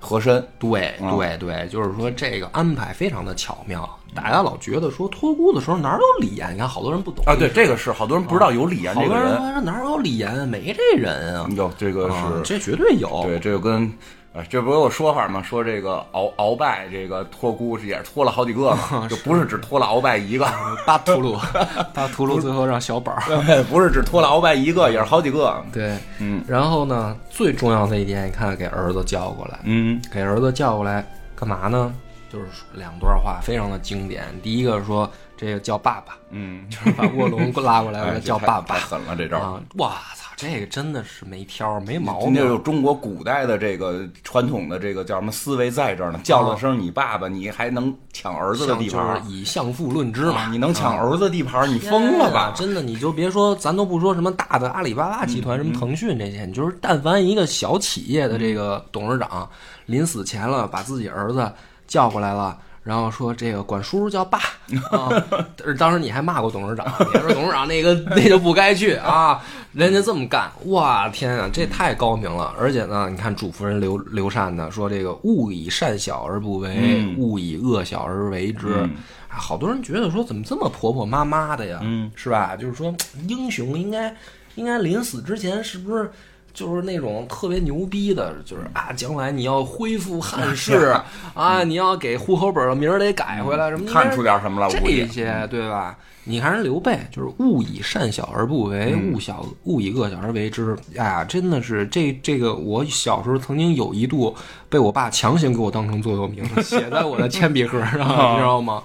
和珅，
对
啊
对对，就是说这个安排非常的巧妙。大家老觉得说托孤的时候哪有李岩？你看好多人不懂
啊，对，这个啊是好多人不知道有李岩
好
这
多
个
人
人，
说哪有李岩？没这人啊，
有这个
啊
是，
这绝对有。
对，这就跟。啊，这不是有说法吗？说这个鳌鳌拜这个托孤是也是托了好几个嘛， 就不是只托了鳌拜 一个，
巴图鲁， 巴图鲁最后让小 宝儿。
不是只托了鳌拜一个，也是好几个。
对，
嗯
然后呢，最重要的一点，你看给儿子叫过来，
嗯
给儿子叫过来干嘛呢？就是说两段话，非常的经典。第一个说这个叫爸爸，
嗯，
就是把卧 龙拉过来，我说
哎这
呃叫
太
爸爸
太。狠了这招儿。
啊！哇操，这个真的是没挑儿，没毛
今天
病。
有中国古代的这个传统的这个叫什么思维在这儿呢？
啊
叫了声你爸爸，你还能抢儿子的
像
地啊
就
盘
是
儿？
以相父论之
啊
嘛，
你能抢儿子地盘儿，你疯了吧？
真的，你就别说，咱都不说什么大的阿里巴巴集团、什么腾讯这些，你就是但凡一个
嗯
小企业的这个董事长，临死前了，把自己儿子叫过来了，然后说这个管叔叔叫爸 啊，但是当时你还骂过董事长，你说董事长那个 那就不该去啊，人家这么干，哇天啊，这太高明了！而且呢，你看嘱咐人刘刘禅呢，说这个勿以善小而不为，
嗯
勿以恶小而为之。
嗯
啊好多人觉得说怎么这么婆婆妈妈的呀，
嗯
是吧？就是说英雄应该应该临死之前是不是？就是那种特别牛逼的，就是啊，将来你要恢复汉 室啊，你要给户口本儿名儿得改回来，什么应该
看出点什么来，估
这
计
些对吧？你看人刘备，就是勿以善小而不为，
嗯
勿小勿以恶小而为之。哎呀，真的是这这个，我小时候曾经有一度被我爸强行给我当成座右铭，写在我的铅笔盒上，
啊
你知道吗？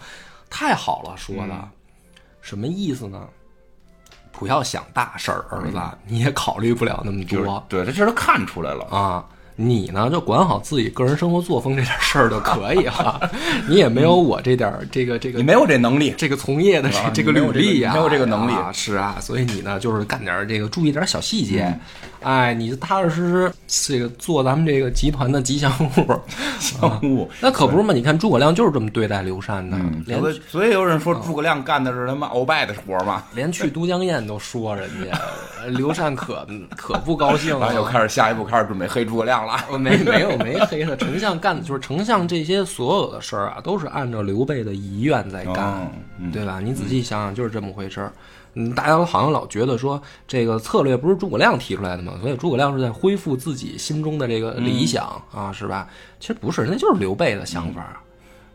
太好了，说的、
嗯
什么意思呢？不要想大事儿，儿子，你也考虑不了那么
嗯就是
多。
对，他这都看出来了。
啊，你呢就管好自己个人生活作风这点事儿就可以 了，你也没有我这点儿这个这个
你没有这能力，
这个从业的这
啊
这个
你
履
没有这个
历呀、
你没有这个能力
啊是啊，所以你呢就是干点儿这个注意点儿小细节，哎，你就踏踏实实这个做咱们这个集团的吉祥物，
相互。
那可不是嘛？你看诸葛亮就是这么对待刘禅的，连啊
所以所以有人说诸葛亮干的是他妈鳌拜的活儿嘛，
连去都江堰都说人家，刘禅可 可不高兴
然
了
后，又开始下一步开始准备黑诸葛亮了。
我没没有没黑他，丞相干的就是丞相这些所有的事儿啊，都是按照刘备的遗愿在干，
嗯
对吧？你仔细想想，就是这么回事儿。嗯，大家好像老觉得说这个策略不是诸葛亮提出来的嘛，所以诸葛亮是在恢复自己心中的这个
嗯
理想、啊，是吧？其实不是，那就是刘备的想法。
嗯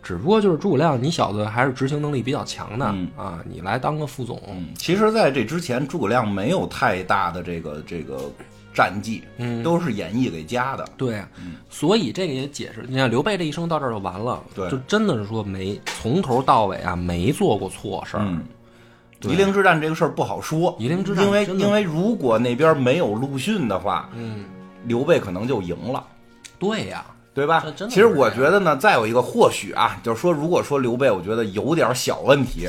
只不过就是诸葛亮，你小子还是执行能力比较强的、啊！你来当个副总，
嗯 其实，在这之前，诸葛亮没有太大的这个这个战绩，
嗯
都是演义给加的。
对，啊所以这个也解释，你看刘备这一生到这儿就完了，
对
就真的是说没从头到尾啊没做过错事儿，
嗯，夷陵之战这个事儿不好说，
夷陵之战
因为
真的
因为如果那边没有陆逊的话，嗯，刘备可能就赢了。
对呀、
对吧
这？真的
其实
是这
我
样
觉得呢，再有一个或许啊，就是说，如果说刘备，我觉得有点小问题，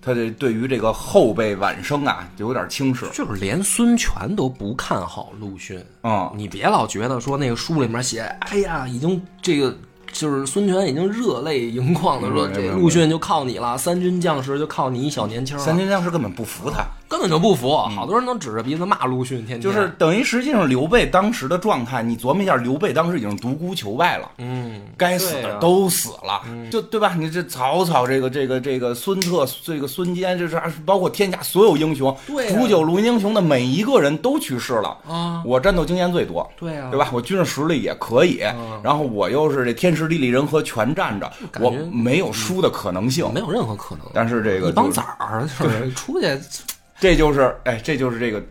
他这对于这个后辈晚生啊，就有点轻视。
就是连孙权都不看好陆逊，
嗯，
你别老觉得说那个书里面写，哎呀，已经这个就是孙权已经热泪盈眶的说，
嗯
这
没有
陆逊就靠你了，三军将士就靠你一小年轻
三
了，
军将士根本不服他，
根本就不服，好多人都指着鼻子骂陆逊，天天
就是等于实际上刘备当时的状态，你琢磨一下，刘备当时已经独孤求败了，
嗯，
该死
对啊嗯
的都死了，就对吧？你这曹操这个这个这个孙策这个孙坚，这是啊包括天下所有英雄，
对啊
煮酒论英雄的每一个人都去世了。
啊，
我战斗经验最多，
对啊，嗯
对吧？我军事实力也可以，然后我又是这天时地利人和全占着，
感觉嗯
我没有输的可能性。
没有任何可能。
但是这个
一帮
就是
崽儿就是出去
这就是哎，这就是这个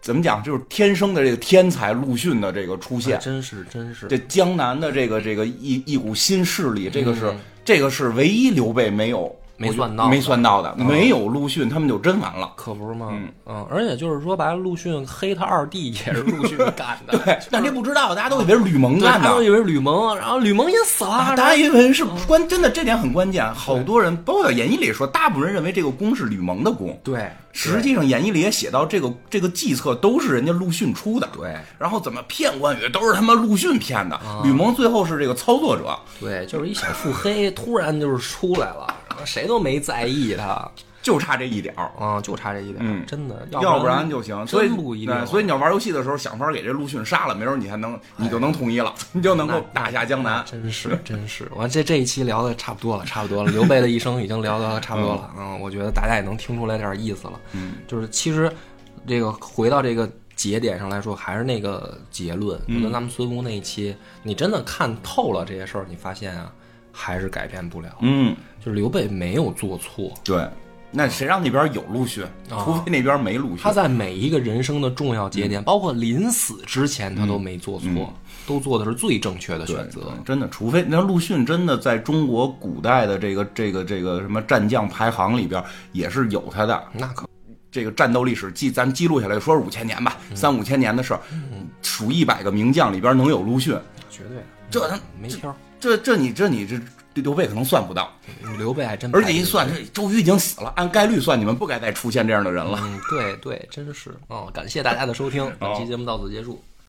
怎么讲？就是天生的这个天才陆逊的这个出
哎
现，
真是真是
这江南的这个这个一一股新势力，这个是、这个是唯一刘备没有
嗯没
我觉
算到的嗯
没算到的，没有陆逊他们就真完了。
可不是吗？嗯而且就是说白了，陆逊黑他二弟也是陆 逊干的，
对，但这不知道，大家都以为是吕蒙
嗯对，
干的
他。都以为嗯是吕蒙，然后吕蒙也死
啊，
了，
大家以为是关，真的这点很关键。啊好多人，包括在演义里说，大部分人认为这个弓是吕蒙的弓，
对，
实际上演义里也写到，这个这个计策都是人家陆逊出的。
对，啊
然后怎么骗关羽，都是他妈陆逊骗的。吕蒙最后是这个操作者，
对，就是一小腹黑，突然就是出来了，然后谁都没在意他，
就差这一点儿。
啊、就差这一点，
嗯
真的，
要
不
然就行，所以
真不一哎定
对，所以你要玩游戏的时候想法给这陆逊杀了，没准你还能，你就能统一了，你就能够打下江南。
真是真是，完这这一期聊的差不多了，差不多了。刘备的一生已经聊的差不多了，嗯，我觉得大家也能听出来点意思了。嗯，就是其实这个回到这个节点上来说，还是那个结论，
嗯
就跟咱们孙吴那一期，你真的看透了这些事儿，你发现啊，还是改变不了。
嗯，
就是刘备没有做错，
对。那谁让那边有陆逊？除非那边没陆逊。
啊他在每一个人生的重要节点，
嗯
包括临死之前，他都没做错，都做的是最正确的
对
选择。
嗯对真的，除非那陆逊真的在中国古代的这个这个这个什么战将排行里边也是有他的
那可
这个战斗历史记，咱们记录下来说是五千年吧，
嗯
三五千年的事儿，数一百个名将里边能有陆逊，
绝对
这他
没挑。
这这你这你这这刘备可能算不到，
刘备还真，
而且一算这周瑜已经死了，按概率算你们不该再出现这样的人了。
嗯，对对，真是哦，感谢大家的收听，本期节目到此结束，拜拜。